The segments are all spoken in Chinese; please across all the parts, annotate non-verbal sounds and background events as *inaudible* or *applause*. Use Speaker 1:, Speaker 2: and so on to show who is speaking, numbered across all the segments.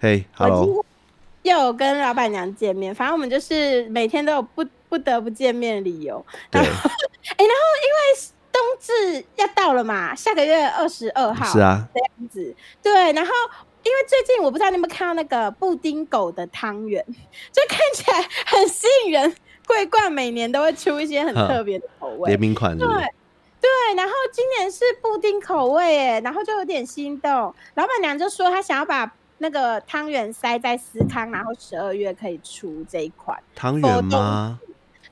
Speaker 1: 嘿
Speaker 2: 我今
Speaker 1: ，Hello，
Speaker 2: 天又有跟老板娘见面，反正我们就是每天都有不不得不见面的理由。哎
Speaker 1: 对，
Speaker 2: 冬至要到了嘛，下个月二十二号
Speaker 1: 是啊，
Speaker 2: 这样子。对，然后因为最近我不知道你有没有看到那个布丁狗的汤圆，就看起来很吸引人。桂冠每年都会出一些很
Speaker 1: 哼
Speaker 2: 特别的口味
Speaker 1: 联，名款是不是
Speaker 2: 对？对，然后今年是布丁口味耶，然后就有点心动。老板娘就说她想要把那个汤圆塞在司康，然后十二月可以出这一款。
Speaker 1: 汤
Speaker 2: 否
Speaker 1: 圆吗？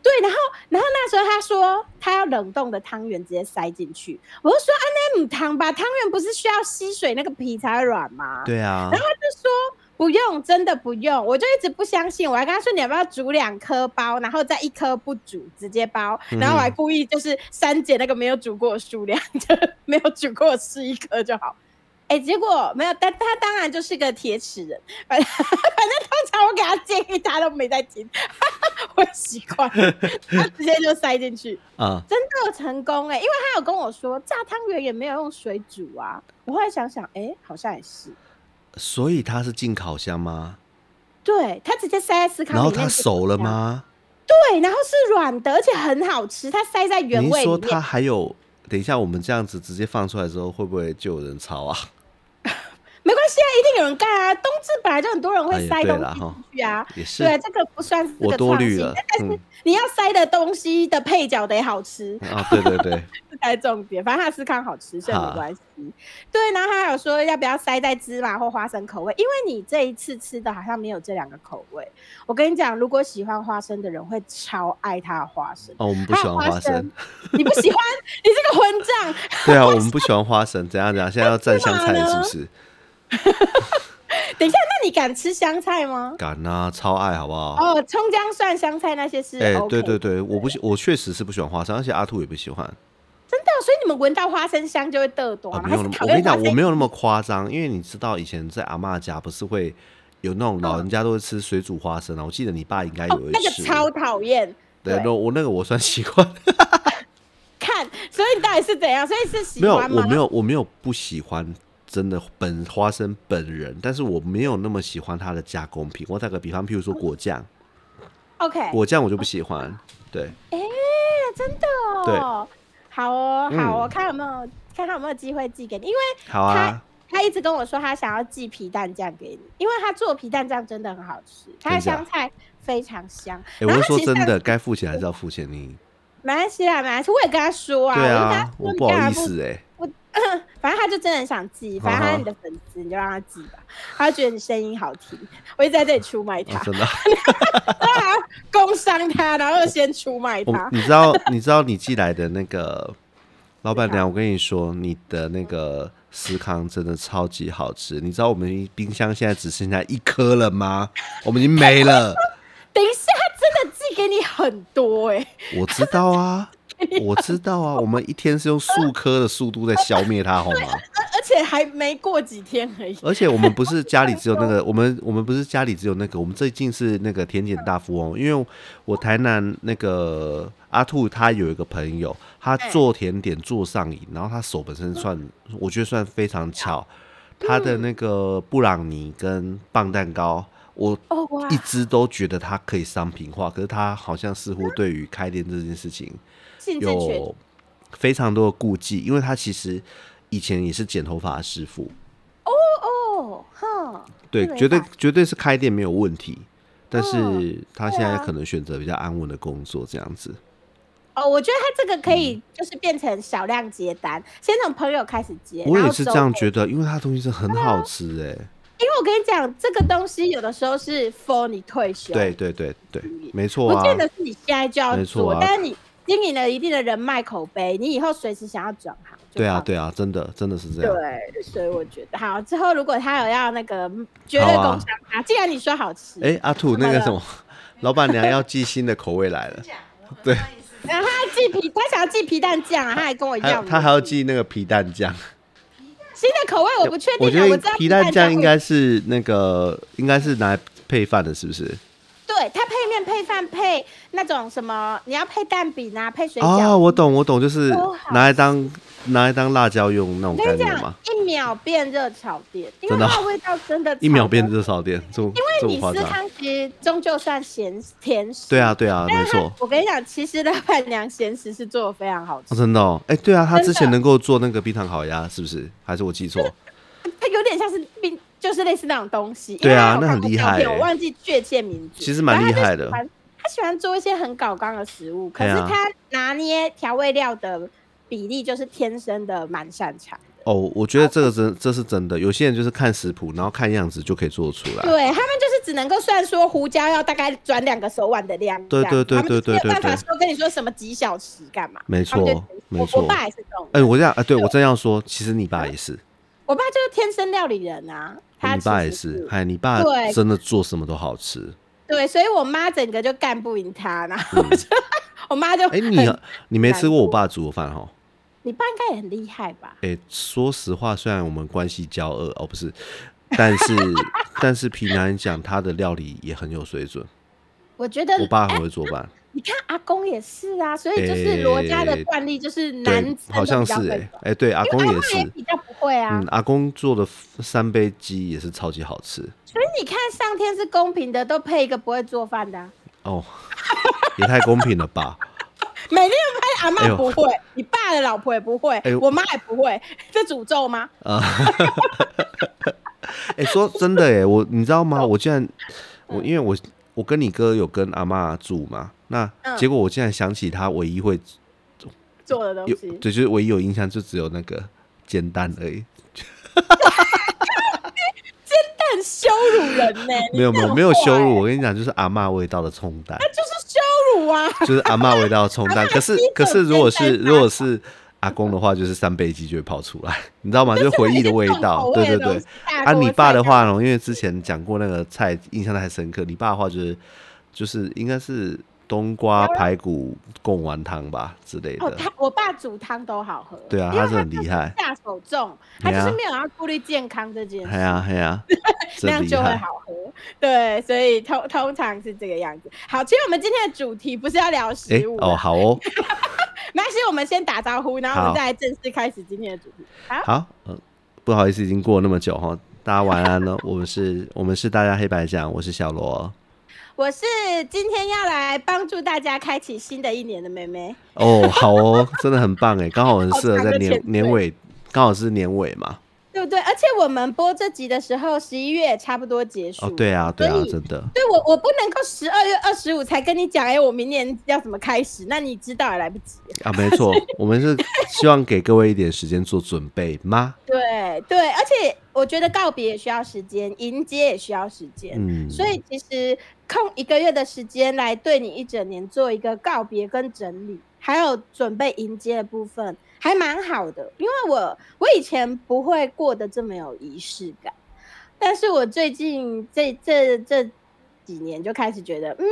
Speaker 2: 对，然后然后那时候她说她要冷冻的汤圆直接塞进去，我就说啊那母汤吧，汤圆不是需要吸水那个皮才会软吗？
Speaker 1: 对啊
Speaker 2: 然，后他就说不用，真的不用，我就一直不相信，我还跟他说你要不要煮两颗包，然后再一颗不煮直接包，
Speaker 1: 嗯
Speaker 2: 然后我还故意就是删减那个没有煮过的数量，就没有煮过试一颗就好。哎、结果没有，但他当然就是个铁齿人， *laughs* 反正反正通常我给他建议，他都没在听， *laughs* 我习惯了，他直接就塞进去。
Speaker 1: 啊，
Speaker 2: 真的有成功哎、因为他有跟我说炸汤圆也没有用水煮啊。我后来想想，哎、好像也是，
Speaker 1: 所以它是进烤箱吗？
Speaker 2: 对，它直接塞在司康
Speaker 1: 然
Speaker 2: 里
Speaker 1: 后
Speaker 2: 面，
Speaker 1: 它熟了？吗？
Speaker 2: 对，然后是软的，而且很好吃，它塞在原
Speaker 1: 您
Speaker 2: 味
Speaker 1: 说
Speaker 2: 里
Speaker 1: 它
Speaker 2: 面。
Speaker 1: 还有？等一下，我们这样子直接放出来之后，会不会就有人抄啊？
Speaker 2: 没关系啊，一定有人干啊。冬至本来就很多人
Speaker 1: 哎
Speaker 2: 会
Speaker 1: 也
Speaker 2: 塞
Speaker 1: 对
Speaker 2: 东
Speaker 1: 啦
Speaker 2: 西
Speaker 1: 哈
Speaker 2: 进去啊。
Speaker 1: 也是，
Speaker 2: 对，这个不算是
Speaker 1: 我
Speaker 2: 个
Speaker 1: 多
Speaker 2: 创
Speaker 1: 虑
Speaker 2: 新
Speaker 1: 了，。
Speaker 2: 但是
Speaker 1: 嗯
Speaker 2: *laughs* 你要塞的东西的配角得好吃，
Speaker 1: 啊，对对对，
Speaker 2: 这才是重点。反正它的司康好吃，所以没
Speaker 1: 好
Speaker 2: 关系。对，然后他还有说要不要塞在芝麻或花生口味，因为你这一次吃的好像没有这两个口味。我跟你讲，如果喜欢花生的人会超爱它的花生。
Speaker 1: 哦，我们不
Speaker 2: 还
Speaker 1: 喜
Speaker 2: 有
Speaker 1: 欢
Speaker 2: 花
Speaker 1: 花生，
Speaker 2: 你不喜欢， *laughs* 你这个混账！
Speaker 1: 对啊，我们不喜欢花生，怎样怎样？现在要蘸香菜了是不是？
Speaker 2: 等一下，那你敢吃香菜吗？
Speaker 1: 敢啊，超爱好不好？
Speaker 2: 哦，葱姜蒜香菜那些是 OK，、
Speaker 1: 哎，对对对，我不喜，我确实是不喜欢花生，而且阿兔也不喜欢。
Speaker 2: 真的，所以你们闻到花生香就会得多、
Speaker 1: 啊，
Speaker 2: 吗？
Speaker 1: 没
Speaker 2: 还
Speaker 1: 有
Speaker 2: 是
Speaker 1: 那么，
Speaker 2: 讨
Speaker 1: 我跟
Speaker 2: 厌
Speaker 1: 你
Speaker 2: 花
Speaker 1: 讲，我
Speaker 2: 生
Speaker 1: 没有那么夸张，因为你知道以前在阿嬷家不是会有那种老人家都会吃水煮花生啊，我记得你爸应该
Speaker 2: 嗯哦
Speaker 1: 有一，
Speaker 2: 那个
Speaker 1: 次，
Speaker 2: 超讨厌。
Speaker 1: 对，
Speaker 2: 对
Speaker 1: 那我那个我算习惯，
Speaker 2: 看，所以你到底是怎样？所以是 *laughs* 喜
Speaker 1: 没有，
Speaker 2: 欢吗？
Speaker 1: 我没有，我没有不喜欢。真的本花生本人，但是我没有那么喜欢它的加工品。我打个比方，譬如说果
Speaker 2: 哦
Speaker 1: 酱，
Speaker 2: OK，哎、
Speaker 1: 果酱我就不喜欢。对，
Speaker 2: 真的哦。好哦，好
Speaker 1: 嗯
Speaker 2: 哦，看有没有看看有没有机会寄给你，因为
Speaker 1: 好啊，
Speaker 2: 他一直跟我说他想要寄皮蛋酱给你，因为他做皮蛋酱真的很好吃，他的
Speaker 1: 真假啊
Speaker 2: 香菜非常香。
Speaker 1: 哎、我
Speaker 2: 然后
Speaker 1: 是
Speaker 2: 他
Speaker 1: 说
Speaker 2: 其实
Speaker 1: 真
Speaker 2: 上
Speaker 1: 的，该付钱还是要付钱你。
Speaker 2: 马来西亚，马来西亚，我也跟他说啊，
Speaker 1: 对
Speaker 2: 我就跟他
Speaker 1: 啊我不好
Speaker 2: 说，你干嘛
Speaker 1: 意思哎、
Speaker 2: 反正他就真的很想寄，反正他是你的粉丝，你就让他寄吧。他觉得你声音好听，我一直在这里出卖他
Speaker 1: 哦，真的啊。
Speaker 2: 对啊，工伤他，然后又先出卖
Speaker 1: 我
Speaker 2: 他。
Speaker 1: 你知道你知道你寄来的那个老板娘，我跟你说，你的那个司康真的超级好吃。你知道我们冰箱现在只剩下一颗了吗？我们已经没了。
Speaker 2: 等一下，他真的寄给你很多哎、
Speaker 1: 我知道啊，我知道啊，我们一天是用数颗的速度在消灭它，好吗？
Speaker 2: 而而且还没过几天而已。
Speaker 1: 而且我们不是家里只有那个，我 *laughs* 们我们不是家里只有那个，我们最近是那个甜点大富翁，因为我台南那个阿兔他有一个朋友，他做甜点做上瘾，然后他手本身算我觉得算非常巧，他的那个布朗尼跟棒蛋糕，我
Speaker 2: 哦哇
Speaker 1: 一，直都觉得他可以商品化，可是他好像似乎对于开店这件事情
Speaker 2: 兴致缺
Speaker 1: 有非常多的顾忌，因为他其实以前也是剪头发的师傅。
Speaker 2: 哦，哼，
Speaker 1: 对
Speaker 2: 这，没
Speaker 1: 绝对
Speaker 2: 法
Speaker 1: 绝对是开店没有问题，但
Speaker 2: 嗯
Speaker 1: 是他
Speaker 2: 对
Speaker 1: 现在
Speaker 2: 啊
Speaker 1: 可能选择比较安稳的工作这样子。
Speaker 2: 哦，我觉得他这个可以就是变成少量接单，先从朋友开始接，
Speaker 1: 我
Speaker 2: 然
Speaker 1: 也
Speaker 2: 后
Speaker 1: 是
Speaker 2: 周
Speaker 1: 这样
Speaker 2: 边
Speaker 1: 觉得，因为他东西是很
Speaker 2: 啊
Speaker 1: 好吃哎、
Speaker 2: 因为我跟你讲，这个东西有的时候是 for 你退休，
Speaker 1: 对对对对，没错
Speaker 2: 嗯不
Speaker 1: 啊，
Speaker 2: 见得是你现在就要
Speaker 1: 没错
Speaker 2: 做，
Speaker 1: 啊
Speaker 2: 但是你经营了一定的人脉口碑，你以后随时想要转行就
Speaker 1: 对啊啊
Speaker 2: 放
Speaker 1: 对啊，真的真的是这样。
Speaker 2: 对，所以我觉得好。之后如果他有要那个绝对
Speaker 1: 好啊
Speaker 2: 工商他，既然你说好吃，
Speaker 1: 哎、阿兔那个
Speaker 2: 了 *laughs*
Speaker 1: 什么，老板娘要寄新的口味来了， *laughs* 对，
Speaker 2: 然后他还寄皮，他想要寄皮蛋酱啊，他还跟我
Speaker 1: 还
Speaker 2: 要
Speaker 1: 有，他还要寄那个皮蛋酱。
Speaker 2: 新的口味，我不确定啊，
Speaker 1: 我
Speaker 2: 我
Speaker 1: 觉得
Speaker 2: 知道
Speaker 1: 皮蛋酱应
Speaker 2: 会
Speaker 1: 该是那个应该是拿来配饭的，是不是？
Speaker 2: 对它配面配饭配那种什么，你要配蛋饼啊，配水饺。
Speaker 1: 哦，我懂，我懂，就是
Speaker 2: 都好
Speaker 1: 拿来当拿来当辣椒用那种
Speaker 2: 我跟
Speaker 1: 概
Speaker 2: 你
Speaker 1: 念
Speaker 2: 讲
Speaker 1: 嘛，，
Speaker 2: 一秒变热炒店，因为
Speaker 1: 真的哦
Speaker 2: 它的味道真的
Speaker 1: 一秒
Speaker 2: 炒得
Speaker 1: 变热烧店，这么这
Speaker 2: 因为
Speaker 1: 么
Speaker 2: 米
Speaker 1: 夸
Speaker 2: 斯
Speaker 1: 张？
Speaker 2: 汤其实终究算咸甜食。
Speaker 1: 对啊，对啊，没
Speaker 2: 但是它
Speaker 1: 错。
Speaker 2: 我跟你讲，其实老板娘咸食是做的非常好吃
Speaker 1: 哦，，真的哦，哎、对啊，他
Speaker 2: 真
Speaker 1: 之前
Speaker 2: 的
Speaker 1: 能够做那个冰糖烤鸭，是不是？还是我
Speaker 2: *laughs*
Speaker 1: 记错？
Speaker 2: 它有点像是冰，就是类似那种东西。
Speaker 1: 嗯对啊
Speaker 2: 因为它
Speaker 1: 那
Speaker 2: 有
Speaker 1: 很厉害
Speaker 2: 照片
Speaker 1: 欸
Speaker 2: 我忘记确切名字。
Speaker 1: 其实蛮厉害的
Speaker 2: 然后他就喜欢。他喜欢做一些很搞纲的食物，可
Speaker 1: 对
Speaker 2: 是
Speaker 1: 啊
Speaker 2: 他拿捏调味料的比例就是天生的蛮擅长的。
Speaker 1: 哦，我觉得这个真这是真的，有些人就是看食谱，然后看样子就可以做出来。
Speaker 2: 对他们就是只能够算说胡椒要大概转两个手腕的量，
Speaker 1: 对
Speaker 2: 这样
Speaker 1: 对对
Speaker 2: 他们就
Speaker 1: 对对
Speaker 2: 没有办法
Speaker 1: 对
Speaker 2: 说跟你说什么几小时干嘛，
Speaker 1: 没
Speaker 2: 他们就
Speaker 1: 错没
Speaker 2: 我
Speaker 1: 错
Speaker 2: 我爸也是这种
Speaker 1: 哎、
Speaker 2: 人，
Speaker 1: 我这样啊，对我真要说，其实你爸也是，
Speaker 2: 我爸就是天生料理人啊，他
Speaker 1: 你爸
Speaker 2: 其
Speaker 1: 也
Speaker 2: 实
Speaker 1: 是，哎，你爸
Speaker 2: 对
Speaker 1: 真的做什么都好吃。
Speaker 2: *laughs* 对，所以我妈整个就干不赢他，然后我就我妈就
Speaker 1: 嗯哎、你
Speaker 2: 很
Speaker 1: 你没吃过我爸煮的饭哦？
Speaker 2: 你爸应该也很厉害吧？
Speaker 1: 哎、说实话，虽然我们关系交恶哦，不是，但
Speaker 2: *laughs*
Speaker 1: 是但是平常讲，他的料理也很有水准。
Speaker 2: 我觉得
Speaker 1: 我爸
Speaker 2: 哎
Speaker 1: 很会做饭，
Speaker 2: 你看阿公也是啊，所以就是罗家的
Speaker 1: 哎
Speaker 2: 惯例就是男
Speaker 1: 对
Speaker 2: 生，
Speaker 1: 好像
Speaker 2: 都比
Speaker 1: 是
Speaker 2: 较
Speaker 1: 哎、
Speaker 2: 会
Speaker 1: 哎、对，阿
Speaker 2: 因
Speaker 1: 公
Speaker 2: 为阿
Speaker 1: 也
Speaker 2: 嬷
Speaker 1: 是
Speaker 2: 也，比较不会啊
Speaker 1: 嗯，，阿公做的三杯鸡也是超级好吃
Speaker 2: 所以你看上天是公平的，都配一个不会做饭的啊、
Speaker 1: 哦，也太公平了吧？
Speaker 2: 每天都拍阿
Speaker 1: 哎
Speaker 2: 妈
Speaker 1: 呦
Speaker 2: 不会，你爸的老婆也不会，
Speaker 1: 哎呦
Speaker 2: 我妈也不会，这诅咒吗？
Speaker 1: 啊、 *laughs* 哎、说真的哎、我你知道吗？我竟然我因为我我跟你哥有跟阿嬷住嘛，那
Speaker 2: 嗯
Speaker 1: 结果我竟然想起他唯一会
Speaker 2: 做的东
Speaker 1: 有，
Speaker 2: 西，
Speaker 1: 对，就是唯一有印象就只有那个煎蛋而已，
Speaker 2: 但羞辱人呢、你
Speaker 1: 没有没
Speaker 2: 这
Speaker 1: 有
Speaker 2: 很
Speaker 1: 没有羞
Speaker 2: 坏欸
Speaker 1: 辱，我跟你讲，就是阿嬷味道的冲蛋，
Speaker 2: 就是羞辱啊！
Speaker 1: 就是阿嬷味道的
Speaker 2: *laughs*
Speaker 1: 冲蛋。可是
Speaker 2: 鸡腿
Speaker 1: 可是如果
Speaker 2: 煎
Speaker 1: 是
Speaker 2: 蛋
Speaker 1: 如果是阿公的话，就是三杯鸡就会跑出来，你知道 *laughs* 吗？就是回忆的味道，对对对。啊，你爸的，话呢？因为之前讲过那个菜，印象太深刻。你爸的话就是就是应该是冬瓜排骨贡丸汤吧之类
Speaker 2: 呃哦，
Speaker 1: 的。
Speaker 2: 他我爸煮汤都好喝，
Speaker 1: 对啊，
Speaker 2: 因为
Speaker 1: 他是很厉害。
Speaker 2: 下手重，他就
Speaker 1: 哎
Speaker 2: 是
Speaker 1: 呀
Speaker 2: 没有要顾虑健康这件
Speaker 1: 哎
Speaker 2: 事，
Speaker 1: 呀哎呀，
Speaker 2: *laughs* 那
Speaker 1: 真
Speaker 2: 样
Speaker 1: 厉
Speaker 2: 就会
Speaker 1: 害。
Speaker 2: 好喝。 *laughs* 对，所以通通常是这个样子。好，其实我们今天的主题不是要聊
Speaker 1: 哎
Speaker 2: 食物啦，
Speaker 1: 哦，好哦，
Speaker 2: 没关系，我们先打招呼，然后我们
Speaker 1: 好
Speaker 2: 再来正式开始今天的主题。好，
Speaker 1: 好，呃，不好意思，已经过了那么久哈，大家晚安了。我们是，我们是大家黑白讲，我是小罗。
Speaker 2: 我是今天要来帮助大家开启新的一年的妹妹。
Speaker 1: 哦，好哦，真的很棒哎，刚好很适合
Speaker 2: 好长
Speaker 1: 在
Speaker 2: 的
Speaker 1: 年
Speaker 2: 前缀
Speaker 1: 年尾，刚好是年尾嘛。
Speaker 2: 对不对？而且我们播这集的时候，十一月也差不多结束。
Speaker 1: 哦，对啊，对啊
Speaker 2: 所，以
Speaker 1: 真的。
Speaker 2: 对我我不能够十二月二十五才跟你讲，哎、我明年要怎么开始？那你知道也来不及。
Speaker 1: 啊，没错，
Speaker 2: *laughs*
Speaker 1: 我们是希望给各位一点时间做准备
Speaker 2: *laughs*
Speaker 1: 吗？
Speaker 2: 对对，而且我觉得告别也需要时间，迎接也需要时间。
Speaker 1: 嗯，
Speaker 2: 所以其实空一个月的时间来对你一整年做一个告别跟整理，还有准备迎接的部分，还蛮好的。因为我我以前不会过得这么有仪式感，但是我最近这这这几年就开始觉得，嗯，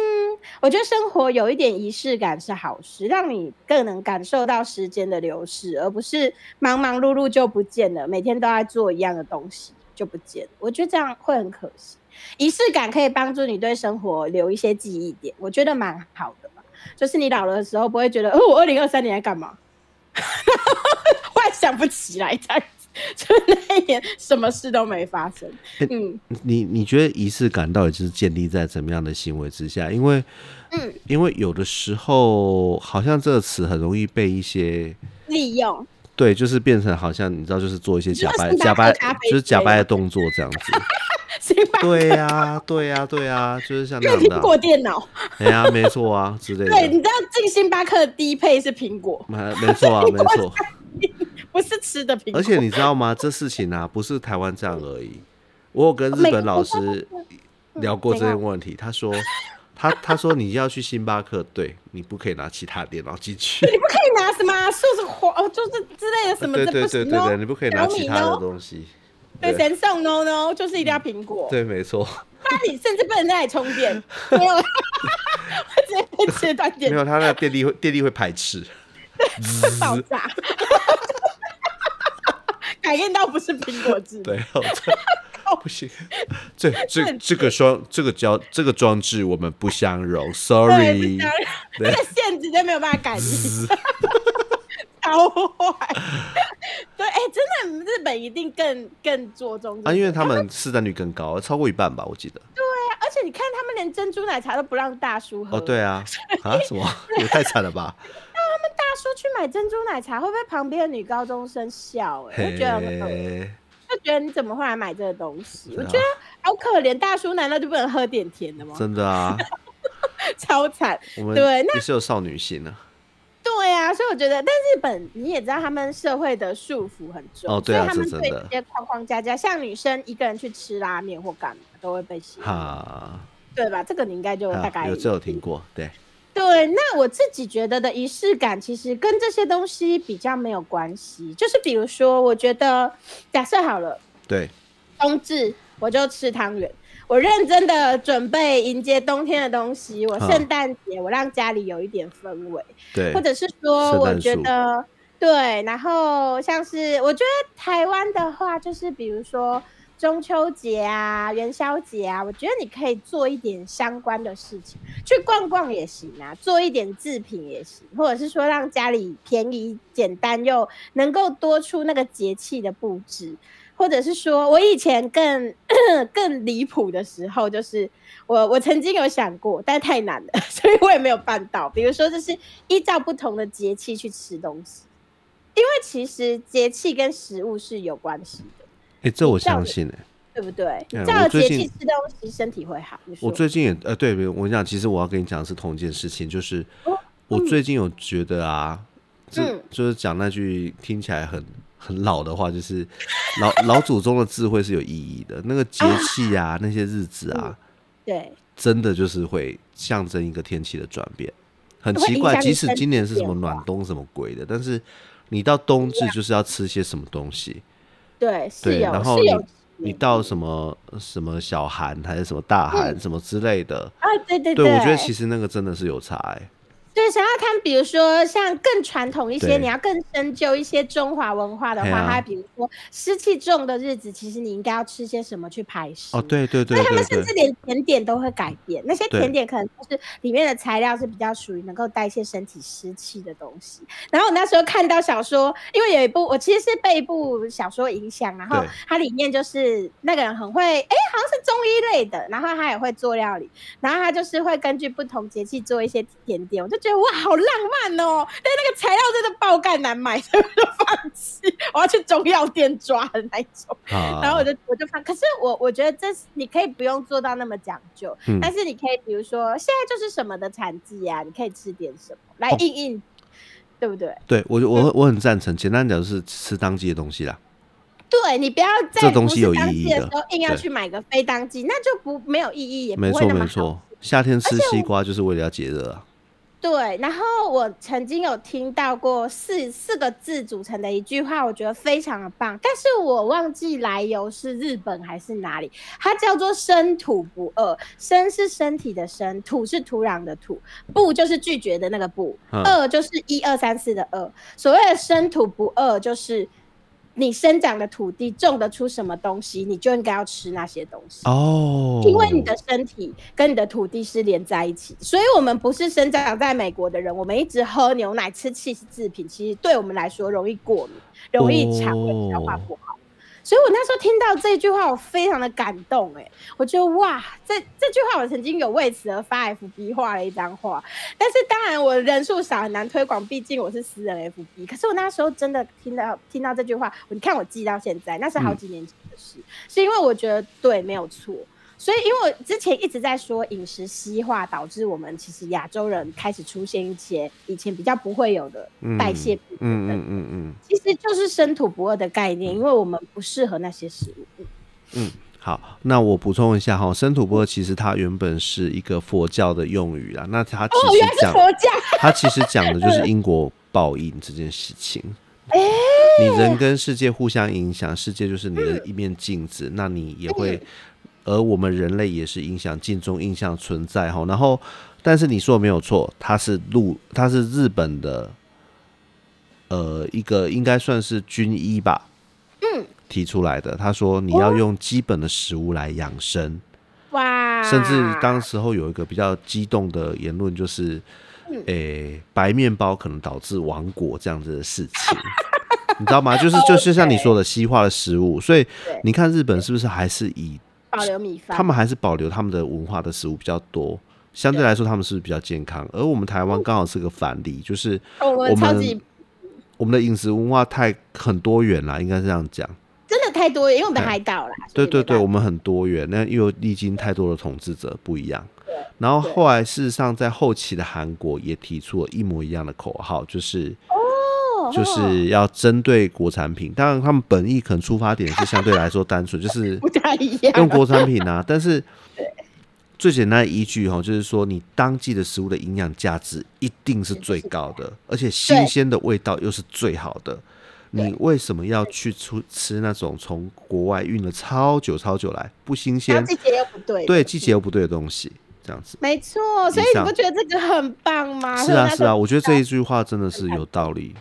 Speaker 2: 我觉得生活有一点仪式感是好事，让你更能感受到时间的流逝，而不是忙忙碌碌就不见了，每天都在做一样的东西就不见了。我觉得这样会很可惜。仪式感可以帮助你对生活留一些记忆点，我觉得蛮好的吧。就是你老了的时候不会觉得，哦，我二零二三年在干嘛？ *laughs* 忽然想不起来，这样子，就那一年什么事都没发生。嗯，
Speaker 1: 你你觉得仪式感到底是建立在怎么样的行为之下？因为，
Speaker 2: 嗯，
Speaker 1: 因为有的时候好像这个词很容易被一些
Speaker 2: 利用
Speaker 1: 对，就是变成好像你知道，就是做一些假
Speaker 2: 就是
Speaker 1: 掰、
Speaker 2: 星巴
Speaker 1: 假
Speaker 2: 克
Speaker 1: 掰
Speaker 2: 咖啡，
Speaker 1: 就是
Speaker 2: 之
Speaker 1: 假
Speaker 2: 类
Speaker 1: 掰
Speaker 2: 的
Speaker 1: 的动作这样子。
Speaker 2: 星巴克
Speaker 1: 对呀、对呀、对呀、就是像那
Speaker 2: *laughs*
Speaker 1: 样的
Speaker 2: 苹
Speaker 1: 啊、
Speaker 2: 果电脑，
Speaker 1: 哎呀，没错啊之类
Speaker 2: 对，你
Speaker 1: 的，
Speaker 2: 知道进星巴克的低配是苹果，
Speaker 1: 没没错
Speaker 2: *laughs*
Speaker 1: 啊，没错。
Speaker 2: 不是吃的苹果。
Speaker 1: 而且你知道吗？这事情啊，不是台湾这样而已。我有跟日
Speaker 2: 每个
Speaker 1: 本老
Speaker 2: 哦国家都
Speaker 1: 师
Speaker 2: 这样嗯
Speaker 1: 聊过
Speaker 2: 怎
Speaker 1: 这个
Speaker 2: 样
Speaker 1: 问题，他说，他他说你要去星巴克，对你不可以拿其他电脑进
Speaker 2: *laughs*
Speaker 1: 去。
Speaker 2: 你不可以拿什么、啊、素是黄哦，就是之类的什么
Speaker 1: 对对
Speaker 2: 这不
Speaker 1: 对
Speaker 2: 行
Speaker 1: 对
Speaker 2: 哦
Speaker 1: 对，你不可以拿
Speaker 2: 小米
Speaker 1: 其他的
Speaker 2: no
Speaker 1: 东西。
Speaker 2: 对，
Speaker 1: 对
Speaker 2: 神送 no no，就是一定要苹果。
Speaker 1: 对，没错。
Speaker 2: 那你甚至不能在那里充
Speaker 1: *laughs*
Speaker 2: 电，没有，我直接被切断
Speaker 1: 没
Speaker 2: 电，
Speaker 1: 有，他那个电力会电力会排
Speaker 2: *laughs*
Speaker 1: 斥。
Speaker 2: 爆炸。
Speaker 1: *laughs*
Speaker 2: 改变到不是苹果汁，
Speaker 1: 对，我 *laughs* 不行，这这这个双这个装这个装置我们不相容
Speaker 2: 对，
Speaker 1: ，sorry
Speaker 2: 不。相容
Speaker 1: 对
Speaker 2: 这个线直接没有办法改进， *laughs* 超坏。对，哎、真的，日本一定更更着重这个
Speaker 1: 啊，因为他们市占率更高，超过一半吧，我记得。
Speaker 2: 对啊而且你看，他们连珍珠奶茶都不让大叔喝。
Speaker 1: 哦，对啊，啊什么 *laughs* 也太惨了吧？
Speaker 2: 大叔去买珍珠奶茶，会被旁边的女高中生笑、哎， *laughs* 我
Speaker 1: 嘿
Speaker 2: 觉得很恶就觉得你怎么会来买这个东西？我
Speaker 1: 对啊
Speaker 2: 觉得好可怜，大叔难道就不能喝点甜的吗？
Speaker 1: 真的啊，
Speaker 2: *laughs* 超惨。
Speaker 1: 我们
Speaker 2: 对那
Speaker 1: 也是有少女心啊。
Speaker 2: 对啊，所以我觉得，但日本你也知道，他们社会的束缚很重，
Speaker 1: 哦对啊
Speaker 2: 所以他们
Speaker 1: 这真
Speaker 2: 对
Speaker 1: 的
Speaker 2: 这些框框架架，像女生一个人去吃拉面或干嘛都会被洗，
Speaker 1: 哈，
Speaker 2: 对吧？这个你应该就大
Speaker 1: 啊
Speaker 2: 概
Speaker 1: 有这有听过，对，
Speaker 2: 对，那我自己觉得的仪式感，其实跟这些东西比较没有关系。就是比如说，我觉得假设好了，
Speaker 1: 对，
Speaker 2: 冬至我就吃汤圆，我认真的准备迎接冬天的东西。我
Speaker 1: 啊
Speaker 2: 圣诞节我让家里有一点氛围，
Speaker 1: 对，
Speaker 2: 或者是说，
Speaker 1: 圣
Speaker 2: 我
Speaker 1: 诞
Speaker 2: 觉
Speaker 1: 树
Speaker 2: 得对。然后像是我觉得台湾的话，就是比如说。中秋节啊，元宵节啊，我觉得你可以做一点相关的事情，去逛逛也行啊，做一点制品也行，或者是说让家里便宜、简单又能够多出那个节气的布置，或者是说我以前更 *coughs* 更离谱的时候，就是我我曾经有想过，但太难了， *laughs* 所以我也没有办到。比如说，就是依照不同的节气去吃东西，因为其实节气跟食物是有关系的，
Speaker 1: 哎，这我
Speaker 2: 你照
Speaker 1: 相
Speaker 2: 着
Speaker 1: 信哎。
Speaker 2: 对不对？
Speaker 1: 嗯
Speaker 2: 你照
Speaker 1: 我
Speaker 2: 着
Speaker 1: 最
Speaker 2: 节
Speaker 1: 近
Speaker 2: 气吃东西，身体会好。你说
Speaker 1: 我最近也呃，对，我跟你讲，其实我要跟你讲的是同一件事情，就是
Speaker 2: 哦
Speaker 1: 我最近有觉得啊，这、
Speaker 2: 嗯
Speaker 1: 就是讲那句听起来很很老的话，就是老老祖宗的智慧是有意义的，那个节气啊，那些日子啊，
Speaker 2: 对
Speaker 1: 真的就是会象征一个天气的转变，很
Speaker 2: 会
Speaker 1: 奇
Speaker 2: 影
Speaker 1: 怪。
Speaker 2: 响
Speaker 1: 即
Speaker 2: 你
Speaker 1: 使
Speaker 2: 身
Speaker 1: 今年是什
Speaker 2: 体
Speaker 1: 么
Speaker 2: 变
Speaker 1: 暖冬什么鬼的，但是你到冬至就是要吃些什么东西，
Speaker 2: 对是
Speaker 1: 对，
Speaker 2: 有
Speaker 1: 然后
Speaker 2: 是
Speaker 1: 你
Speaker 2: 有
Speaker 1: 你到什么什么小寒还是什么大寒、什么之类的。
Speaker 2: 嗯啊，对对
Speaker 1: 对，
Speaker 2: 对
Speaker 1: 我觉得其实那个真的是有差哎、
Speaker 2: 对，想要看，比如说像更传统一些，
Speaker 1: 对
Speaker 2: 你要更深究一些中华文化的
Speaker 1: 嘿
Speaker 2: 话，
Speaker 1: 啊
Speaker 2: 它比如说湿气重的日子，其实你应该要吃些什么去排湿。
Speaker 1: 哦，对对对
Speaker 2: 所 *laughs* 以他
Speaker 1: 对
Speaker 2: 们嗯甚至
Speaker 1: 对，
Speaker 2: 连甜点都会改变，那些
Speaker 1: 对
Speaker 2: 甜点可能就是里面的材料是比较属于能够代谢身体湿气的东西。然后我那时候看到小说，因为有一部我其实是被一部小说影响，然后
Speaker 1: 对
Speaker 2: 它里面就是那个人很会，哎、好像是中医类的，然后他也会做料理，然后他就是会根据不同节气做一些甜点，我就觉得哇，好浪漫哦！但那个材料真的爆干难买， *laughs* 所以我就放弃，我要去中药店抓的那一种。
Speaker 1: 啊，
Speaker 2: 然后我就我就放，可是我我觉得这是你可以不用做到那么讲究，
Speaker 1: 嗯
Speaker 2: 但是你可以比如说现在就是什么的产季啊，你可以吃点什么来
Speaker 1: 哦
Speaker 2: 应应，对不对？
Speaker 1: 对我就我
Speaker 2: 嗯
Speaker 1: 我很赞成，简单讲就是吃当季的东西啦。
Speaker 2: 对你不要在
Speaker 1: 这东西有
Speaker 2: 不是当
Speaker 1: 意义
Speaker 2: 季
Speaker 1: 的
Speaker 2: 的时候硬要
Speaker 1: 对
Speaker 2: 去买个非当季，那就不没有意义，也不
Speaker 1: 没错
Speaker 2: 会那么
Speaker 1: 没
Speaker 2: 好
Speaker 1: 错，夏天吃西瓜就是为了要解热啊。
Speaker 2: 对，然后我曾经有听到过四四个字组成的一句话，我觉得非常的棒，但是我忘记来由是日本还是哪里，它叫做“生土不二”。生是身体的生，土是土壤的土，不就是拒绝的那个不，
Speaker 1: 嗯
Speaker 2: 二就是一二三四的二。所谓的“生土不二”，就是你生长的土地种得出什么东西，你就应该要吃那些东西。
Speaker 1: 哦，
Speaker 2: 因为你的身体跟你的土地是连在一起，所以我们不是生长在美国的人，我们一直喝牛奶、吃 cheese 制品，其实对我们来说容易过敏，容易肠胃消化不好。所以我那时候听到这句话，我非常的感动、哎，我觉得哇，这这句话我曾经有为此而发 FB 画了一张画，但是当然我人数少，很难推广，毕竟我是私人 FB。可是我那时候真的听到听到这句话，我你看我记到现在，那是好几年前的事，是因为我觉得对没有错。所以，因为我之前一直在说饮食西化导致我们其实亚洲人开始出现一些以前比较不会有的代谢病，
Speaker 1: 嗯嗯嗯嗯
Speaker 2: 其实就是生土不二的概念，因为我们不适合那些食物。
Speaker 1: 嗯，好，那我补充一下哈，生土不二其实它原本是一个佛教的用语啦，那它其
Speaker 2: 哦，原来
Speaker 1: 实
Speaker 2: 是
Speaker 1: 讲
Speaker 2: 佛教，
Speaker 1: 它其实讲的就是因果报应这件事情。你人跟世界互相影响，世界就是你的一面镜子，那你也会，而我们人类也是影响镜中印象存在哈。然后，但是你说的没有错，它是陆，它是日本的，呃，一个应该算是军医吧，嗯，提出来的，他说你要用基本的食物来养生，
Speaker 2: 哇，
Speaker 1: 甚至
Speaker 2: 啊
Speaker 1: 当时候有一个比较激动的言论，就是，
Speaker 2: 嗯
Speaker 1: 诶、白面包可能导致亡国这样子的事情。 *laughs* 你知道吗？
Speaker 2: *laughs*
Speaker 1: 就是就就像你说的，西化的食物，所以
Speaker 2: 对
Speaker 1: 你看日本是不是还是以
Speaker 2: 保留米饭，
Speaker 1: 他们还是保留他们的文化的食物比较多，相对来说他们是比较健康，而我们台湾刚好是个反例，就是
Speaker 2: 嗯哦我
Speaker 1: 我
Speaker 2: 们超级
Speaker 1: 们我们的饮食文化太很多元啦，应该是这样讲。
Speaker 2: 真的太多了，因为我们海岛啦，
Speaker 1: 对
Speaker 2: 所
Speaker 1: 哎对
Speaker 2: 以没
Speaker 1: 对，
Speaker 2: 办
Speaker 1: 我
Speaker 2: 法
Speaker 1: 们很多元，那又历经太多的统治者不一样。然后后来事实上在后期的韩国也提出了一模一样的口号，就是
Speaker 2: 哦
Speaker 1: 就是要针对国产品，当然他们本意可能出发点是相对来说单纯，就是
Speaker 2: 不太一样，
Speaker 1: *laughs* 用国产品啊，但是最简单的依据哈，就是说你当季的食物的营养价值一定是最高的，而且新鲜的味道又是最好的。你为什么要去出吃那种从国外运了超久超久来不新
Speaker 2: 然
Speaker 1: 鲜，
Speaker 2: 后季节又不对，
Speaker 1: 对季节又不对的东西？这样子
Speaker 2: 没错，所以
Speaker 1: 以
Speaker 2: 你
Speaker 1: 上
Speaker 2: 不觉得这个很棒吗？
Speaker 1: 是
Speaker 2: 所以
Speaker 1: 啊
Speaker 2: 那
Speaker 1: 是
Speaker 2: 时
Speaker 1: 啊，
Speaker 2: 候
Speaker 1: 我觉得这一句话真的是有道理。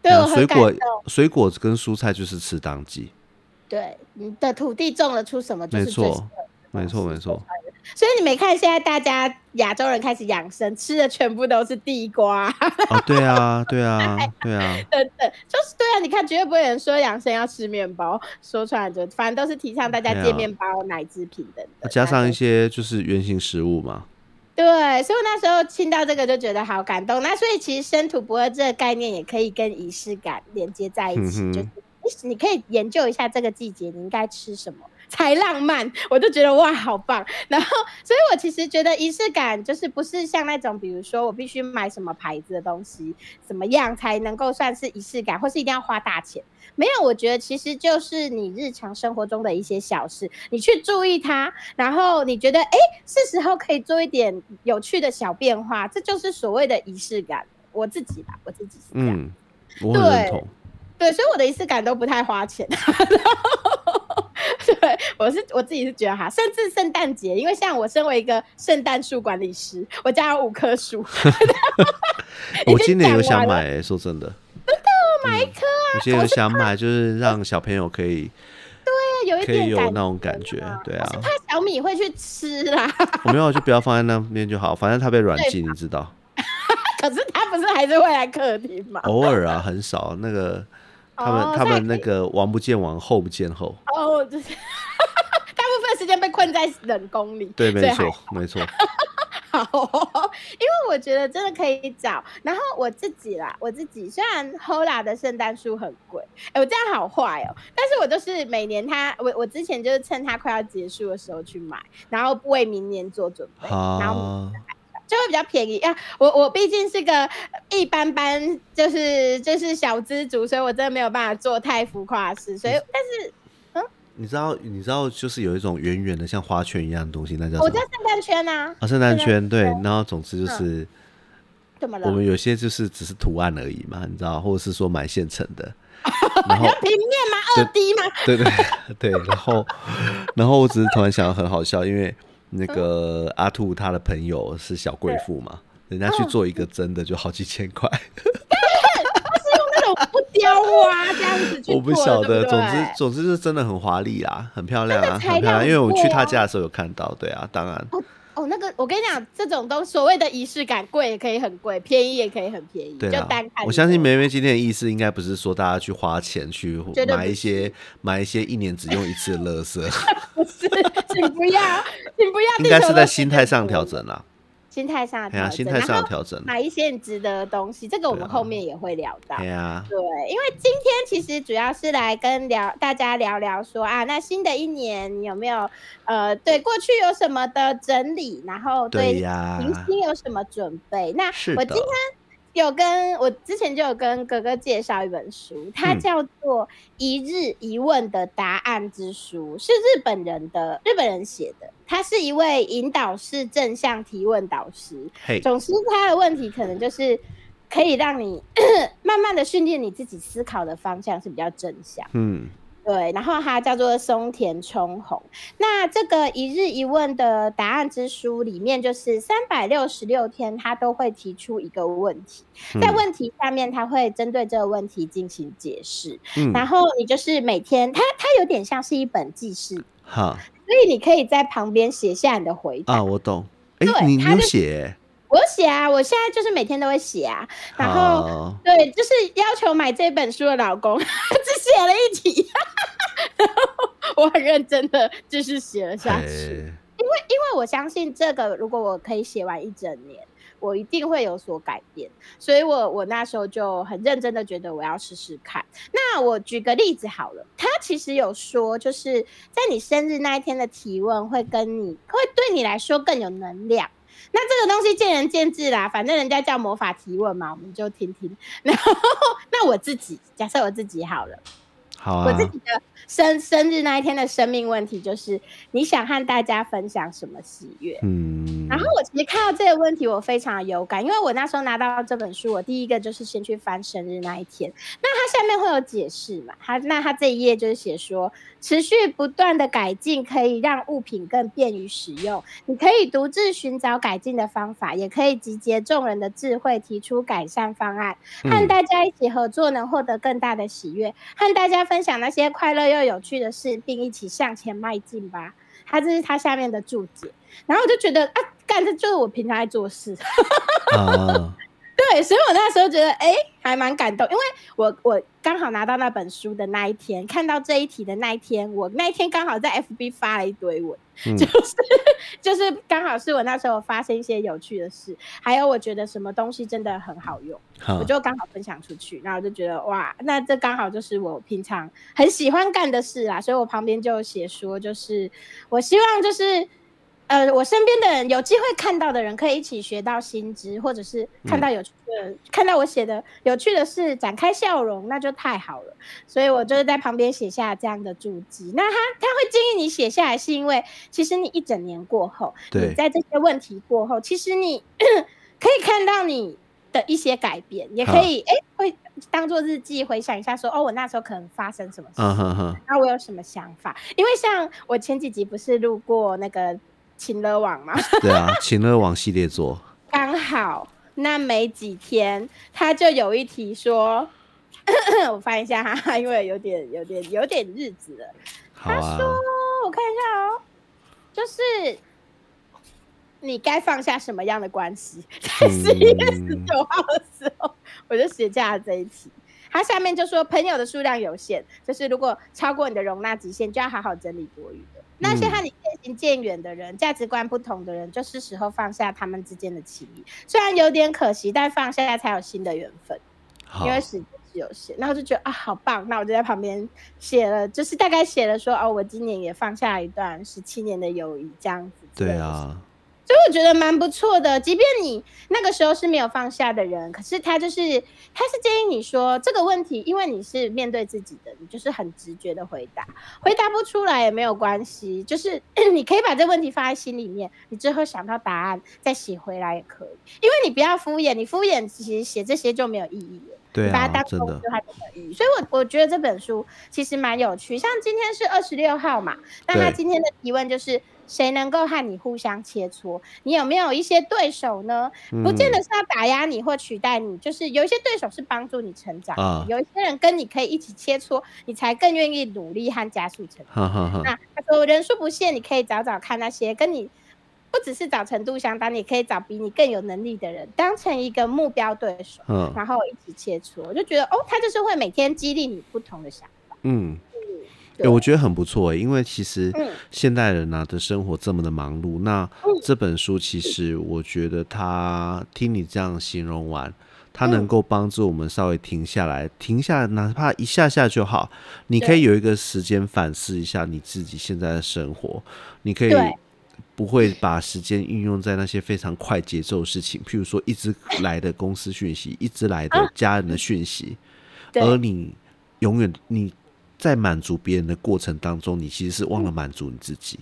Speaker 2: 对
Speaker 1: 嗯
Speaker 2: 我
Speaker 1: 水
Speaker 2: 很感
Speaker 1: 果
Speaker 2: 动。
Speaker 1: 水果跟蔬菜就是吃当季，
Speaker 2: 对，你的土地种了出什么就
Speaker 1: 没
Speaker 2: 是最适合
Speaker 1: 错没错没
Speaker 2: 哦
Speaker 1: 错，
Speaker 2: 所以你没看现在大家亚洲人开始养生，吃的全部都是地瓜，
Speaker 1: 啊对啊对啊
Speaker 2: *laughs* 哎
Speaker 1: 对啊，
Speaker 2: 等等，就是对啊，你看绝对不会有人说养生要吃面包，说出来就反正都是提倡大家
Speaker 1: 对啊
Speaker 2: 戒面包、奶制品等
Speaker 1: 哦
Speaker 2: 等，
Speaker 1: 加上一
Speaker 2: 些。
Speaker 1: 些就是原型食物嘛，
Speaker 2: 对，所以我那时候听到这个就觉得好感动。那所以其实生土不二这个概念也可以跟仪式感连接在一起，
Speaker 1: 嗯哼
Speaker 2: 就是你你可以研究一下这个季节你应该吃什么才浪漫，我就觉得哇好棒。然后，所以我其实觉得仪式感就是不是像那种比如说我必须买什么牌子的东西，怎么样才能够算是仪式感，或是一定要花大钱。没有，我觉得其实就是你日常生活中的一些小事，你去注意它，然后你觉得哎，诶是时候可以做一点有趣的小变化，这就是所谓的仪式感。我自己吧，我自己是这样。
Speaker 1: 嗯，我很认
Speaker 2: 对
Speaker 1: 同。
Speaker 2: 对，所以我的仪式感都不太花钱。 *laughs* 对，我是我自己是觉得哈，甚至圣诞节，因为像我身为一个圣诞树管理师，我家有五棵树，已
Speaker 1: 我
Speaker 2: 经
Speaker 1: 今年
Speaker 2: 讲
Speaker 1: 有想
Speaker 2: 完了哦
Speaker 1: 买、欸，说真的，真的，我买一颗啊、我今年有想买，就是让小朋友可以
Speaker 2: 对，有一
Speaker 1: 可以
Speaker 2: 点
Speaker 1: 有
Speaker 2: 感
Speaker 1: 那种感觉，对啊，
Speaker 2: 怕小米会去吃啦，
Speaker 1: 我没有就不要放在那边就好，反正它被软禁，你知道，
Speaker 2: 可是他不是还是会来客厅吗？
Speaker 1: 偶尔啊，很少那个。他们、
Speaker 2: 哦
Speaker 1: 他们
Speaker 2: 那
Speaker 1: 那
Speaker 2: 还可以
Speaker 1: 个王不见王，后不见后，
Speaker 2: 哦，就是 *laughs* 大部分时间被困在冷宫里，
Speaker 1: 对，
Speaker 2: 所以
Speaker 1: 没
Speaker 2: 还
Speaker 1: 错，没
Speaker 2: *laughs*
Speaker 1: 错，
Speaker 2: 好、哦因为我觉得真的可以找。然后我自己啦，我自己虽然 Hola 的圣诞树很贵，哎、我这样好坏哦、但是我就是每年它，我我之前就是趁它快要结束的时候去买，然后为明年做准备，
Speaker 1: 啊
Speaker 2: 然后
Speaker 1: 好，
Speaker 2: 就会比较便宜啊。我我毕竟是个一般般，就是就是小资族，所以我真的没有办法做太浮夸的事，所以但是
Speaker 1: 你知道你知道就是有一种圆圆的像花圈一样的东西，那叫
Speaker 2: 我
Speaker 1: 什
Speaker 2: 在
Speaker 1: 么？
Speaker 2: 圣诞圈啊，
Speaker 1: 啊，圣诞圈，对，然后总之就
Speaker 2: 嗯
Speaker 1: 是。
Speaker 2: 怎么了？
Speaker 1: 我们有些就是只是图案而已嘛，你知道，或者是说买现成的，然后 *laughs*
Speaker 2: 平面吗？二 D 吗？
Speaker 1: 对对对，然后然后我只是突然想到很好笑，因为那
Speaker 2: 嗯
Speaker 1: 个阿兔他的朋友是小贵妇嘛，人家去做一个真的就好几千块，
Speaker 2: 那种不雕啊，这样子去做
Speaker 1: *laughs*
Speaker 2: 的
Speaker 1: 我不晓
Speaker 2: 对
Speaker 1: 得，
Speaker 2: 不
Speaker 1: 总
Speaker 2: 对
Speaker 1: 之总之是真的很华丽啊，很漂亮啊，
Speaker 2: 材
Speaker 1: 很漂
Speaker 2: 料
Speaker 1: 亮，
Speaker 2: 很
Speaker 1: 因为我们
Speaker 2: 贵
Speaker 1: 去他
Speaker 2: 啊
Speaker 1: 家的时候有看到，对啊，当然
Speaker 2: 哦，那个我跟你讲，这种东所谓的仪式感，贵也可以很贵，便宜也可以很便宜，
Speaker 1: 对
Speaker 2: 就
Speaker 1: 啦
Speaker 2: 单看。
Speaker 1: 我相信。梅梅今天的意思应该不是说大家去花钱去
Speaker 2: 绝对
Speaker 1: 买
Speaker 2: 不
Speaker 1: 一些买一些一年只用一次的垃圾。
Speaker 2: 不 *laughs* 是，请不要，请不要。
Speaker 1: 应该
Speaker 2: 地球
Speaker 1: 是
Speaker 2: 都
Speaker 1: 在心态上调，整啦，
Speaker 2: 心态上的
Speaker 1: 哎
Speaker 2: 调
Speaker 1: 呀，
Speaker 2: 整，
Speaker 1: 心态上
Speaker 2: 然
Speaker 1: 的
Speaker 2: 后
Speaker 1: 调整，
Speaker 2: 买一些你值得的东西，这个我们
Speaker 1: 对啊
Speaker 2: 后面也会聊到
Speaker 1: 哎。呀，
Speaker 2: 对，因为今天其实主要是来跟聊大家聊聊说啊，那新的一年你有没有呃对过去有什么的整理，然后
Speaker 1: 对
Speaker 2: 对
Speaker 1: 呀，
Speaker 2: 明星有什么准备？那
Speaker 1: 是
Speaker 2: 我
Speaker 1: 的
Speaker 2: 今天有跟我之前就有跟哥哥介绍一本书，它
Speaker 1: 嗯
Speaker 2: 叫做《一日一问的答案之书》，是日本人的日本人写的，他是一位引导式正向提问导师。
Speaker 1: 嘿，
Speaker 2: 总之，他的问题可能就是 *coughs* 可以让你慢慢的训练你自己思考的方向是比较正向。
Speaker 1: 嗯，
Speaker 2: 对，然后它叫做松田冲红。那这个一日一问的答案之书里面，就是三百六十六天，它都会提出一个问题，
Speaker 1: 嗯
Speaker 2: 在问题下面，它会针对这个问题进行解释。
Speaker 1: 嗯，
Speaker 2: 然后你就是每天，它它有点像是一本记事，
Speaker 1: 哈
Speaker 2: 所以你可以在旁边写下你的回答。
Speaker 1: 啊，我懂。哎、
Speaker 2: 对
Speaker 1: 你你
Speaker 2: 他
Speaker 1: 有
Speaker 2: 就
Speaker 1: 写、
Speaker 2: 我有写啊，我现在就是每天都会写啊，然后。
Speaker 1: 好
Speaker 2: 对，就是要求买这本书的老公， *laughs* 只写了一题， *laughs* 然后我很认真的继续写了下去，因
Speaker 1: 嘿
Speaker 2: 为我相信这个，如果我可以写完一整年，我一定会有所改变，所以我我那时候就很认真的觉得我要试试看。那我举个例子好了，他其实有说，就是在你生日那一天的提问会跟你会对你来说更有能量。那这个东西见仁见智啦，反正人家叫魔法提问嘛，我们就听 *laughs* 听。然后，那我自己假设我自己好了，
Speaker 1: 好
Speaker 2: 我
Speaker 1: 啊
Speaker 2: 自，己的生生日那一天的生命问题就是，你想和大家分享什么喜悦？
Speaker 1: 嗯，
Speaker 2: 然后我其实看到这个问题，我非常有感，因为我那时候拿到这本书，我第一个就是先去翻生日那一天，那它下面会有解释嘛？它那它这一页就是写说，持续不断的改进可以让物品更便于使用，你可以独自寻找改进的方法，也可以集结众人的智慧，提出改善方案，和
Speaker 1: 嗯
Speaker 2: 大家一起合作能获得更大的喜悦，和大家分享那些快乐又有趣的事，并一起向前迈进吧。它这是它下面的注解，然后我就觉得啊，干这就是我平常在做的事， *laughs*
Speaker 1: 啊，
Speaker 2: 对，所以我那时候觉得，哎、还蛮感动，因为我我刚好拿到那本书的那一天，看到这一题的那一天，我那一天刚好在 FB 发了一堆文，
Speaker 1: 嗯
Speaker 2: 就是就是刚好是我那时候发生一些有趣的事，还有我觉得什么东西真的很好用，
Speaker 1: 好
Speaker 2: 我，就刚好分享出去，然后我就觉得哇，那这刚好就是我平常很喜欢干的事啊啦，所以我旁边就有写说，就是我希望就是。呃，我身边的人有机会看到的人，可以一起学到新知，或者是看到有趣的，看到我写的有趣的事，展开笑容，那就太好了。所以我就是在旁边写下这样的注记。那他他会建议你写下来，是因为其实你一整年过后，
Speaker 1: 对
Speaker 2: 你在这些问题过后，其实你可以看到你的一些改变，也可以哎、诶会当做日记回想一下说，哦，我那时候可能发生什么事，
Speaker 1: 嗯哼哼，
Speaker 2: 然后我有什么想法。因为像我前几集不是路过那个秦乐
Speaker 1: *laughs*
Speaker 2: 网嘛，
Speaker 1: 对啊，情乐网系列作，
Speaker 2: 刚好那没几天，他就有一题说。 *coughs* 我翻一下哈，因为有点、有点、有点日子了。
Speaker 1: 好啊，
Speaker 2: 哦，我看一下哦，就是你该放下什么样的关系？在十一月十
Speaker 1: 嗯
Speaker 2: 九号的时候，我就写下了这一题。它下面就说，朋友的数量有限，就是如果超过你的容纳极限，就要好好整理多余的。那些和你渐行渐远的人、价值观不同的人，就是时候放下他们之间的情谊。虽然有点可惜，但放下才有新的缘分。
Speaker 1: 好
Speaker 2: 因，为时间是有限，然后就觉得啊，好棒！那我就在旁边写了，就是大概写了说，哦，我今年也放下了一段十七年的友谊，这样子。
Speaker 1: 对，啊，
Speaker 2: 所以我觉得蛮不错的。即便你那个时候是没有放下的人，可是他就是他是建议你说这个问题，因为你是面对自己的，你就是很直觉的回答，回答不出来也没有关系，就是 *coughs* 你可以把这问题放在心里面，你之后想到答案再写回来也可以，因为你不要敷衍，你敷衍其实写这些就没有意义了。
Speaker 1: 对
Speaker 2: 把
Speaker 1: 啊
Speaker 2: 它当，
Speaker 1: 真
Speaker 2: 工
Speaker 1: 的
Speaker 2: 具，它就可以。所以我我觉得这本书其实蛮有趣。像今天是二十六号嘛，那他
Speaker 1: 对
Speaker 2: 今天的提问就是。谁能够和你互相切磋？你有没有一些对手呢？
Speaker 1: 嗯
Speaker 2: 不见得是要打压你或取代你，就是有一些对手是帮助你成长的，
Speaker 1: 啊
Speaker 2: 有一些人跟你可以一起切磋，你才更愿意努力和加速成长。
Speaker 1: 哈哈哈，
Speaker 2: 那他说人数不限，你可以找找看那些跟你不只是找程度相当，你可以找比你更有能力的人，当成一个目标对手。
Speaker 1: 嗯
Speaker 2: 然后一起切磋，我就觉得哦，他就是会每天激励你不同的想法。
Speaker 1: 嗯。
Speaker 2: 对
Speaker 1: 欸我觉得很不错、欸，因为其实
Speaker 2: 嗯
Speaker 1: 现代人呐、啊、的生活这么的忙碌，那这本书其实我觉得它听你这样形容完，它能够帮助我们稍微停下来，停下来哪怕一下下就好，你可以有一个时间反思一下你自己现在的生活，你可以
Speaker 2: 对
Speaker 1: 不会把时间运用在那些非常快节奏的事情，譬如说一直来的公司讯息，一直来的家人的讯息，
Speaker 2: 啊对
Speaker 1: 而你永远你在满足别人的过程当中，你其实是忘
Speaker 2: 嗯
Speaker 1: 了满足你自己。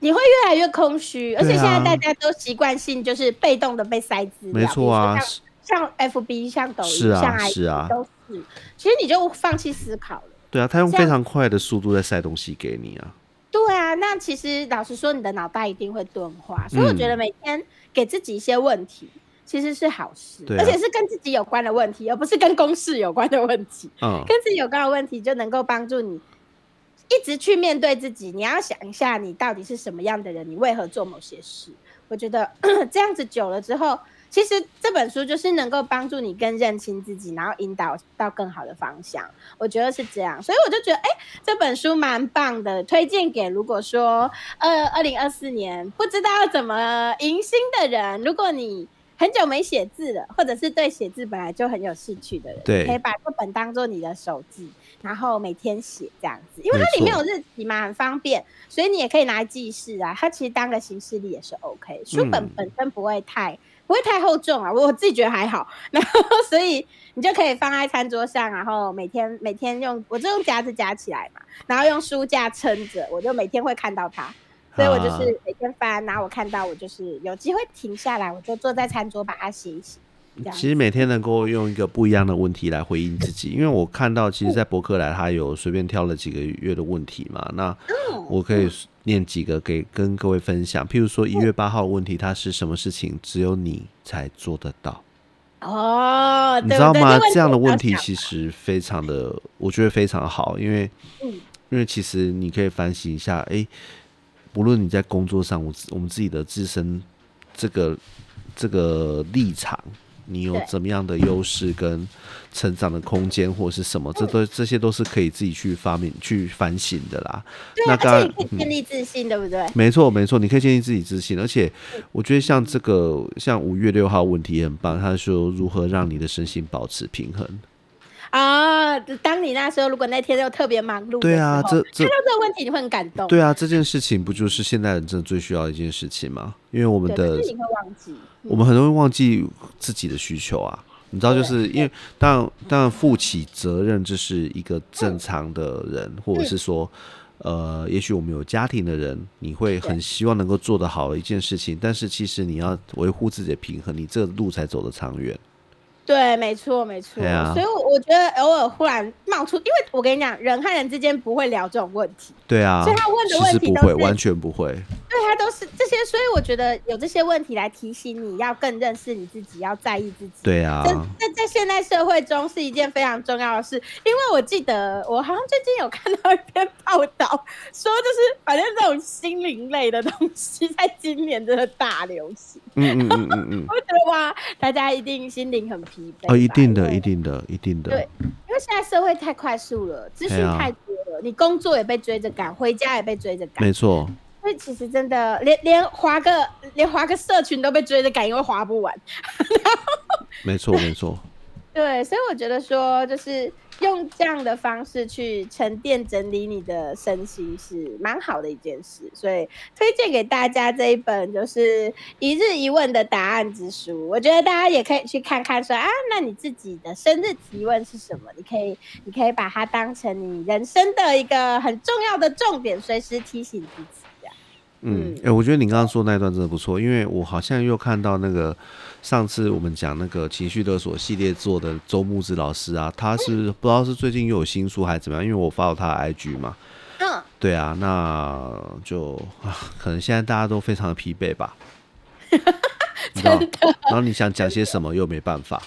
Speaker 2: 你会越来越空虚，而且
Speaker 1: 对啊
Speaker 2: 现在大家都习惯性就是被动的被塞资料，
Speaker 1: 没错啊
Speaker 2: 比如说像像 FB、像抖音、
Speaker 1: 是啊
Speaker 2: 像 IG
Speaker 1: 是啊
Speaker 2: 都是。其实你就放弃思考了，
Speaker 1: 对啊，他用
Speaker 2: 像
Speaker 1: 非常快的速度在塞东西给你啊。
Speaker 2: 对啊，那其实老实说，你的脑袋一定会钝化，
Speaker 1: 嗯
Speaker 2: 所以我觉得每天给自己一些问题，其实是好事，
Speaker 1: 对啊
Speaker 2: 而且是跟自己有关的问题，而不是跟公事有关的问题。 *laughs*
Speaker 1: 嗯，
Speaker 2: 跟自己有关的问题，就能够帮助你一直去面对自己。你要想一下，你到底是什么样的人，你为何做某些事。我觉得 *clears throat* 这样子久了之后，其实这本书就是能够帮助你更认清自己，然后引导到更好的方向。我觉得是这样，所以我就觉得，哎、这本书蛮棒的，推荐给如果说呃二零二四年不知道怎么迎新的人，如果你很久没写字了，或者是对写字本来就很有兴趣的人，
Speaker 1: 对
Speaker 2: 你可以把这本当做你的手记，然后每天写这样子，因为它
Speaker 1: 没
Speaker 2: 里
Speaker 1: 错
Speaker 2: 面有日期嘛，很方便，所以你也可以拿来记事啊。它其实当个行事历也是 OK，书本
Speaker 1: 嗯
Speaker 2: 本身不会太、不会太厚重啊，我自己觉得还好。 *laughs* 然后所以你就可以放在餐桌上，然后每天每天用我就用夹子夹起来嘛，然后用书架撑着，我就每天会看到它。所以我
Speaker 1: 啊
Speaker 2: 就是每天翻，然后我看到我就是有机会停下来，我就坐在餐桌把它写一写。这样
Speaker 1: 嗯其实每天能够用一个不一样的问题来回应自己，因为我看到
Speaker 2: 嗯
Speaker 1: 其实，在博客来他有随便挑了几个月的问题嘛，那我可
Speaker 2: 嗯
Speaker 1: 以念几个给跟各位分享。譬如说一月八号的问题，它是什么事情只有你才做得到，
Speaker 2: 哦，
Speaker 1: 你
Speaker 2: 对
Speaker 1: 知道
Speaker 2: 对
Speaker 1: 吗
Speaker 2: 这问？题
Speaker 1: 这样的
Speaker 2: 比较
Speaker 1: 问题
Speaker 2: 小
Speaker 1: 其实非常的，我觉得非常好，因为
Speaker 2: 嗯
Speaker 1: 因为其实你可以反省一下，诶，不论你在工作上，我自我们自己的自身这个这个立场，你有
Speaker 2: 对
Speaker 1: 怎么样的优势跟成长的空间，或者是什么，
Speaker 2: 嗯
Speaker 1: 这都这些都是可以自己去发明、去反省的啦。
Speaker 2: 对
Speaker 1: 那
Speaker 2: 啊，
Speaker 1: 当
Speaker 2: 而且
Speaker 1: 然
Speaker 2: 你，可以建立自信，对不对？
Speaker 1: 没错，没错，你可以建立自己自信，而且我觉得像这个，像五月六号问题也很棒，他说如何让你的身心保持平衡。
Speaker 2: 啊，当你那时候如果那天又特别忙碌的时候，
Speaker 1: 对啊，这这
Speaker 2: 看到这个问题你会很感动，
Speaker 1: 对啊，这件事情不就是现代人真的最需要的一件事情吗？因为我们
Speaker 2: 对，
Speaker 1: 的
Speaker 2: 可是你会忘记，
Speaker 1: 我们很容易忘记自己的需求啊。你知道，就是因为当然当然负起责任，这是一个正常的人，或者是说，
Speaker 2: 嗯
Speaker 1: 呃，也许我们有家庭的人，你会很希望能够做得好的一件事情，但是其实你要维护自己的平衡，你这个路才走得长远。
Speaker 2: 对，没错，没错。
Speaker 1: 对啊
Speaker 2: 所以我，我觉得偶尔忽然冒出，因为我跟你讲，人和人之间不会聊这种问题，
Speaker 1: 对啊，
Speaker 2: 所以他问的
Speaker 1: 其
Speaker 2: 问
Speaker 1: 实
Speaker 2: 题
Speaker 1: 不
Speaker 2: 都
Speaker 1: 会，
Speaker 2: 是
Speaker 1: 完全不会。
Speaker 2: 对他都是这些。所以，我觉得有这些问题来提醒你要更认识你自己，要在意自己。
Speaker 1: 对啊
Speaker 2: 这，这在现代社会中是一件非常重要的事，因为我记得我好像最近有看到一篇报道，说就是反正这种心灵类的东西，在今年真的大流行。
Speaker 1: 嗯嗯嗯
Speaker 2: *laughs*
Speaker 1: 嗯嗯，
Speaker 2: 我觉得哇，大家一定心灵很疲惫吧。
Speaker 1: 哦，一定
Speaker 2: 因为
Speaker 1: 的，一定的，一定的。
Speaker 2: 对因为现在社会太快速了，资讯
Speaker 1: 对啊
Speaker 2: 太多了，你工作也被追着赶，回家也被追着赶
Speaker 1: 没，错，
Speaker 2: 所以其实真的连连划个连划个社群都被追着赶，因为划不完。
Speaker 1: 没
Speaker 2: *laughs*
Speaker 1: 错，没错。
Speaker 2: 对，所以我觉得说，就是用这样的方式去沉淀整理你的身心是蛮好的一件事，所以推荐给大家这一本就是《一日一问的答案之书》，我觉得大家也可以去看看说啊，那你自己的生日提问是什么？你可以，你可以把它当成你人生的一个很重要的重点，随时提醒自己这样。
Speaker 1: 嗯，
Speaker 2: 嗯
Speaker 1: 哎、我觉得你刚刚说那一段真的不错，因为我好像又看到那个上次我们讲那个情绪勒索系列做的周木之老师啊，他
Speaker 2: 嗯
Speaker 1: 是不知道是最近又有新书还是怎么样，因为我发了他的 IG 嘛，
Speaker 2: 嗯，
Speaker 1: 对啊，那就啊，可能现在大家都非常的疲惫
Speaker 2: *laughs*
Speaker 1: 吧，你知道，然后你想讲些什么又没办法，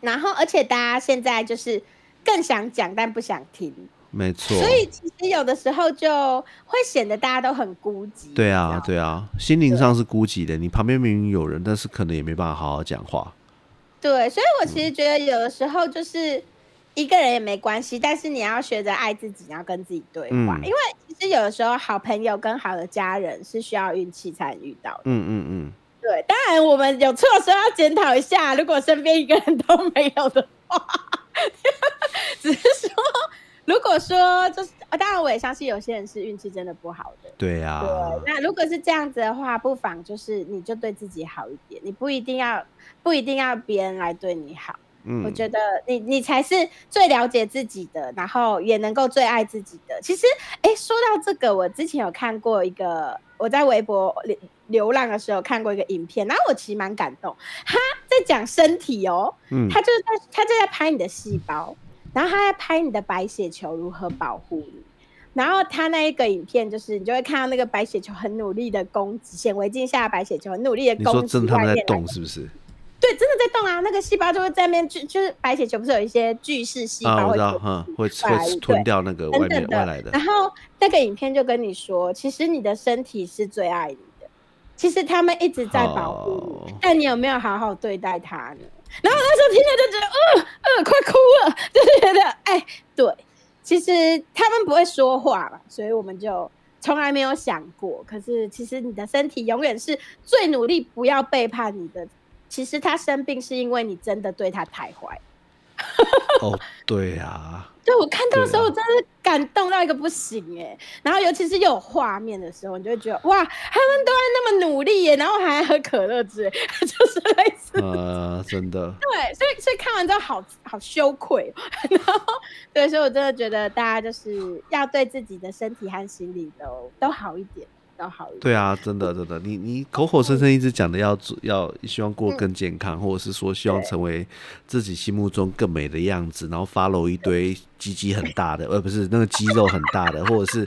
Speaker 2: 然后而且大家现在就是更想讲但不想听。
Speaker 1: 没错，
Speaker 2: 所以其实有的时候就会显得大家都很孤寂。
Speaker 1: 对
Speaker 2: 你知
Speaker 1: 啊
Speaker 2: 道，
Speaker 1: 对啊，心灵上是孤寂的，你旁边明明有人，但是可能也没办法好好讲话，
Speaker 2: 对，所以我其实觉得有的时候就是一个人也没关系，但是你要学着爱自己，你要跟自己对话，
Speaker 1: 嗯
Speaker 2: 因为其实有的时候好朋友跟好的家人是需要运气才能遇到的。
Speaker 1: 嗯嗯嗯，
Speaker 2: 对，当然我们有错的时候要检讨一下，如果身边一个人都没有的话， *laughs* 只是说。如果说就是，啊当然我也相信有些人是运气真的不好的，
Speaker 1: 对啊，
Speaker 2: 对，那如果是这样子的话，不妨就是你就对自己好一点，你不一定要不一定要别人来对你好。
Speaker 1: 嗯，
Speaker 2: 我觉得你你才是最了解自己的，然后也能够最爱自己的。其实，诶，说到这个，我之前有看过一个，我在微博流流浪的时候看过一个影片，然后我其实蛮感动，他在讲身体哦，
Speaker 1: 嗯
Speaker 2: 他就是在他就在拍你的细胞。然后他在拍你的白血球如何保护你。然后他那一个影片就是，你就会看到那个白血球很努力的攻击，显微镜下的白血球很努力的
Speaker 1: 你
Speaker 2: 攻击
Speaker 1: 说真
Speaker 2: 外
Speaker 1: 的他们在
Speaker 2: 面来
Speaker 1: 动是不是？
Speaker 2: 对，真的在动啊，那个细胞就会在那边聚，就是白血球不是有一些巨噬细
Speaker 1: 啊，
Speaker 2: 胞
Speaker 1: 我
Speaker 2: 会
Speaker 1: 知道，
Speaker 2: 躲
Speaker 1: 嗯，会
Speaker 2: 出来
Speaker 1: 会吞掉那个
Speaker 2: 等
Speaker 1: 外面
Speaker 2: 等
Speaker 1: 外来
Speaker 2: *laughs*
Speaker 1: 的
Speaker 2: 然后那个影片就跟你说，其实你的身体是最爱你的，其实他们一直在保护你
Speaker 1: 好，
Speaker 2: 但你有没有好好对待他呢？然后那时候听了就觉得，呃呃，快哭了，就觉得，哎，对，其实他们不会说话嘛，所以我们就从来没有想过。可是其实你的身体永远是最努力不要背叛你的。其实他生病是因为你真的对他太坏。
Speaker 1: 哦，对啊，
Speaker 2: 对我看到的时
Speaker 1: 对啊
Speaker 2: 候，我真的是感动到一个不行哎、然后尤其是又有画面的时候，你就会觉得哇，他们都在那么努力耶、然后还喝可乐之类， *laughs* 就是类似
Speaker 1: 呃，真的，
Speaker 2: 对，所以所以看完之后好好羞愧哦， *laughs* 然后对，所以我真的觉得大家就是要对自己的身体和心理都都好一点，都好一点。
Speaker 1: 对啊，真的，真的，你你口口声声一直讲的要做要希望过更健康，或者是说希望
Speaker 2: 对
Speaker 1: 成为自己心目中更美的样子，然后 follow 一堆鸡鸡很大的，呃，不是那个肌肉很大的，或者是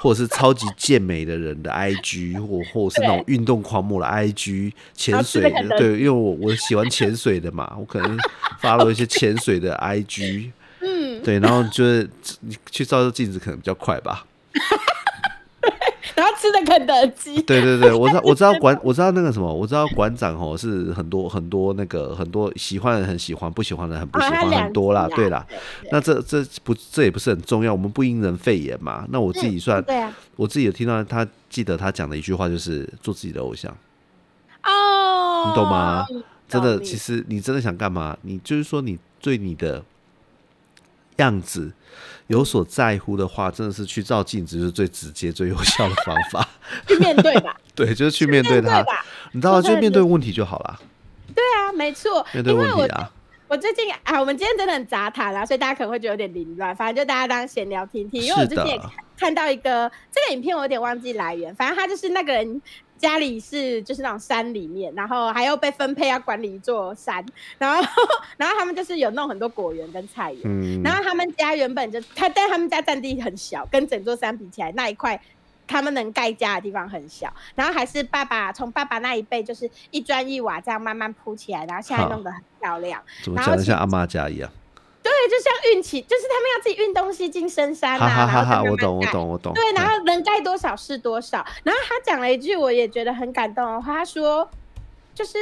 Speaker 1: 或者是超级健美的人的 IG，或或者是那种运动狂魔的 IG，潜水
Speaker 2: 然后吃得很
Speaker 1: 的，
Speaker 2: 多
Speaker 1: 对，因为我我喜欢潜水的嘛，我可能 follow 一些潜水的 IG，
Speaker 2: 嗯，
Speaker 1: 对，然后就是你去照照镜子可能比较快吧。
Speaker 2: 然后吃的肯德基，
Speaker 1: 对
Speaker 2: *laughs*
Speaker 1: 对对，我知道我知道馆我知道那个什么，我知道馆长哦是很多很多那个很多喜欢的人很喜欢，不喜欢的人很不喜
Speaker 2: 啊，他
Speaker 1: 欢，
Speaker 2: 两
Speaker 1: 很多啦
Speaker 2: 集，
Speaker 1: 对啦。，那这这不这也不是很重要，我们不因人肺炎嘛。那我自己算，
Speaker 2: 对啊，
Speaker 1: 我自己有听到他记得他讲的一句话，就是做自己的偶像。
Speaker 2: 哦，
Speaker 1: 你懂吗
Speaker 2: 嗯？
Speaker 1: 真的，
Speaker 2: 懂你
Speaker 1: 其实你真的想干嘛？你就是说你对你的样子有所在乎的话，真的是去照镜子是最直接、最有效的方法。 *laughs*
Speaker 2: 去面对吧，
Speaker 1: 对，就是去面对
Speaker 2: 面对
Speaker 1: 它，
Speaker 2: 吧。
Speaker 1: 你知道吗，
Speaker 2: 说
Speaker 1: 就
Speaker 2: 真的
Speaker 1: 面
Speaker 2: 就
Speaker 1: 对问题就好啦。
Speaker 2: 对啊，没错，
Speaker 1: 面对
Speaker 2: 因为
Speaker 1: 问
Speaker 2: 我
Speaker 1: 题啊，
Speaker 2: 我最近啊，我们今天真的很杂谈啊啦，所以大家可能会觉得有点凌乱。反正就大家当闲聊听听，因为我
Speaker 1: 是
Speaker 2: 最近也
Speaker 1: 的
Speaker 2: 看到一个这个影片，我有点忘记来源。反正他就是那个人家里是就是那种山里面，然后还要被分配要管理一座山，然后 *laughs* 然后他们就是有弄很多果园跟菜园。
Speaker 1: 嗯，
Speaker 2: 然后他们家原本就他，但他们家占地很小，跟整座山比起来，那一块他们能盖家的地方很小。然后还是爸爸从爸爸那一辈，就是一砖一瓦这样慢慢铺起来，然后现在
Speaker 1: 好
Speaker 2: 弄得很漂亮。
Speaker 1: 怎么
Speaker 2: 然
Speaker 1: 讲
Speaker 2: 后
Speaker 1: 的
Speaker 2: 其
Speaker 1: 像阿妈家一样？
Speaker 2: 对，就像运气，就是他们要自己运东西进深山
Speaker 1: 哈
Speaker 2: 呐、
Speaker 1: 哈
Speaker 2: 然后
Speaker 1: 哈
Speaker 2: 再慢
Speaker 1: 哈！
Speaker 2: 慢
Speaker 1: 我懂，我
Speaker 2: 盖
Speaker 1: 懂，我懂。
Speaker 2: 对，然
Speaker 1: 嗯
Speaker 2: 后能盖多少是多少。然后他讲了一句我也觉得很感动的话，他说：“就是，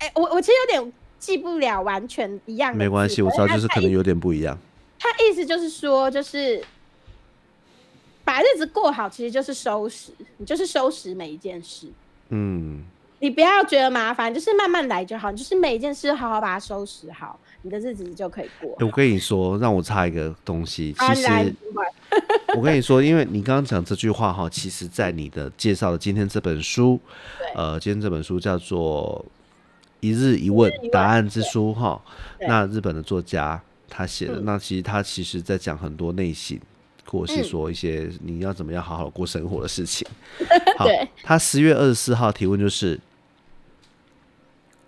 Speaker 2: 哎、我我其实有点记不了完全一样的字，
Speaker 1: 没关系，我知道，
Speaker 2: 可
Speaker 1: 就是
Speaker 2: 他
Speaker 1: 可能有点不一样。
Speaker 2: 他意思就是说，就是把日子过好，其实就是收拾，你就是收拾每一件事，
Speaker 1: 嗯，
Speaker 2: 你不要觉得麻烦，就是慢慢来就好，你就是每一件事好好把它收拾好，你的日子就可以过
Speaker 1: 诶。我跟你说，让我插一个东西。
Speaker 2: 啊
Speaker 1: 其
Speaker 2: 来
Speaker 1: 实我跟你说，因为你刚刚讲这句话哈，其实在你的介绍的今天这本书，呃，今天这本书叫做《一日一问
Speaker 2: 一问
Speaker 1: 答案之书》哈。
Speaker 2: 对
Speaker 1: 那日本的作家他写的，
Speaker 2: 嗯
Speaker 1: 那其实他其实在讲很多内心，或者是说一些你要怎么样好好过生活的事
Speaker 2: *laughs*
Speaker 1: 情。好
Speaker 2: 对，
Speaker 1: 他十月二十四号提问就是：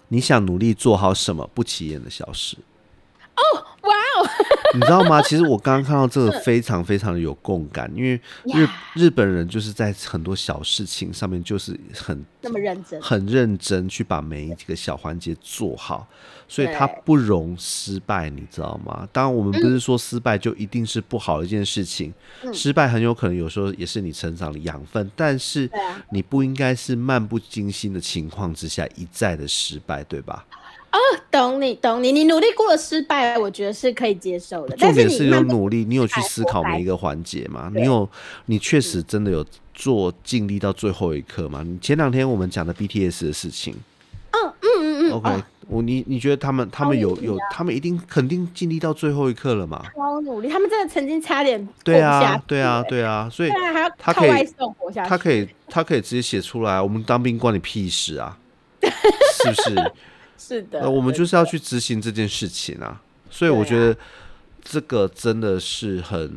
Speaker 1: 你想努力做好什么不起眼的小事？
Speaker 2: 哇哦，
Speaker 1: 你知道吗？其实我刚刚看到这个非常非常的有共感，因为日
Speaker 2: 嗯呀
Speaker 1: 日本人就是在很多小事情上面就是很
Speaker 2: 那么认真，
Speaker 1: 很认真去把每一个小环节做好，所以他
Speaker 2: 对
Speaker 1: 不容失败，你知道吗？当然，我们不是说失败就一定是不好的一件事情，
Speaker 2: 嗯
Speaker 1: 失败很有可能有时候也是你成长的养分，但是
Speaker 2: 对啊
Speaker 1: 你不应该是漫不经心的情况之下一再的失败，对吧？
Speaker 2: 懂你懂你，你努力过了失败，我觉得是可以接受的，
Speaker 1: 重
Speaker 2: 但
Speaker 1: 点
Speaker 2: 你
Speaker 1: 是有
Speaker 2: 慢慢
Speaker 1: 努力，你有去思考每一个环节嘛？你有，你
Speaker 2: 嗯
Speaker 1: 确实真的有做尽力到最后一刻嘛？你前两天我们讲的 BTS 的事情，
Speaker 2: 嗯嗯嗯嗯哦
Speaker 1: OK，、我你你觉得他们他们有
Speaker 2: 超努力
Speaker 1: 有他们一定肯定尽力到最后一刻了嘛？
Speaker 2: 超努哦力，他们真的曾经差点过
Speaker 1: 对
Speaker 2: 不下
Speaker 1: 啊
Speaker 2: 去，
Speaker 1: 对啊，，对啊，所以
Speaker 2: 对啊，还要
Speaker 1: 他
Speaker 2: 靠
Speaker 1: 可
Speaker 2: 外啊
Speaker 1: 以
Speaker 2: 送活下去，
Speaker 1: 他可以他可以直接写出来，我们当兵关你屁事
Speaker 2: *laughs*
Speaker 1: 啊，是不是？
Speaker 2: 是的，
Speaker 1: 呃，我们
Speaker 2: 对
Speaker 1: 就是要去执行这件事情啊，所以我
Speaker 2: 对啊
Speaker 1: 觉得这个真的是很。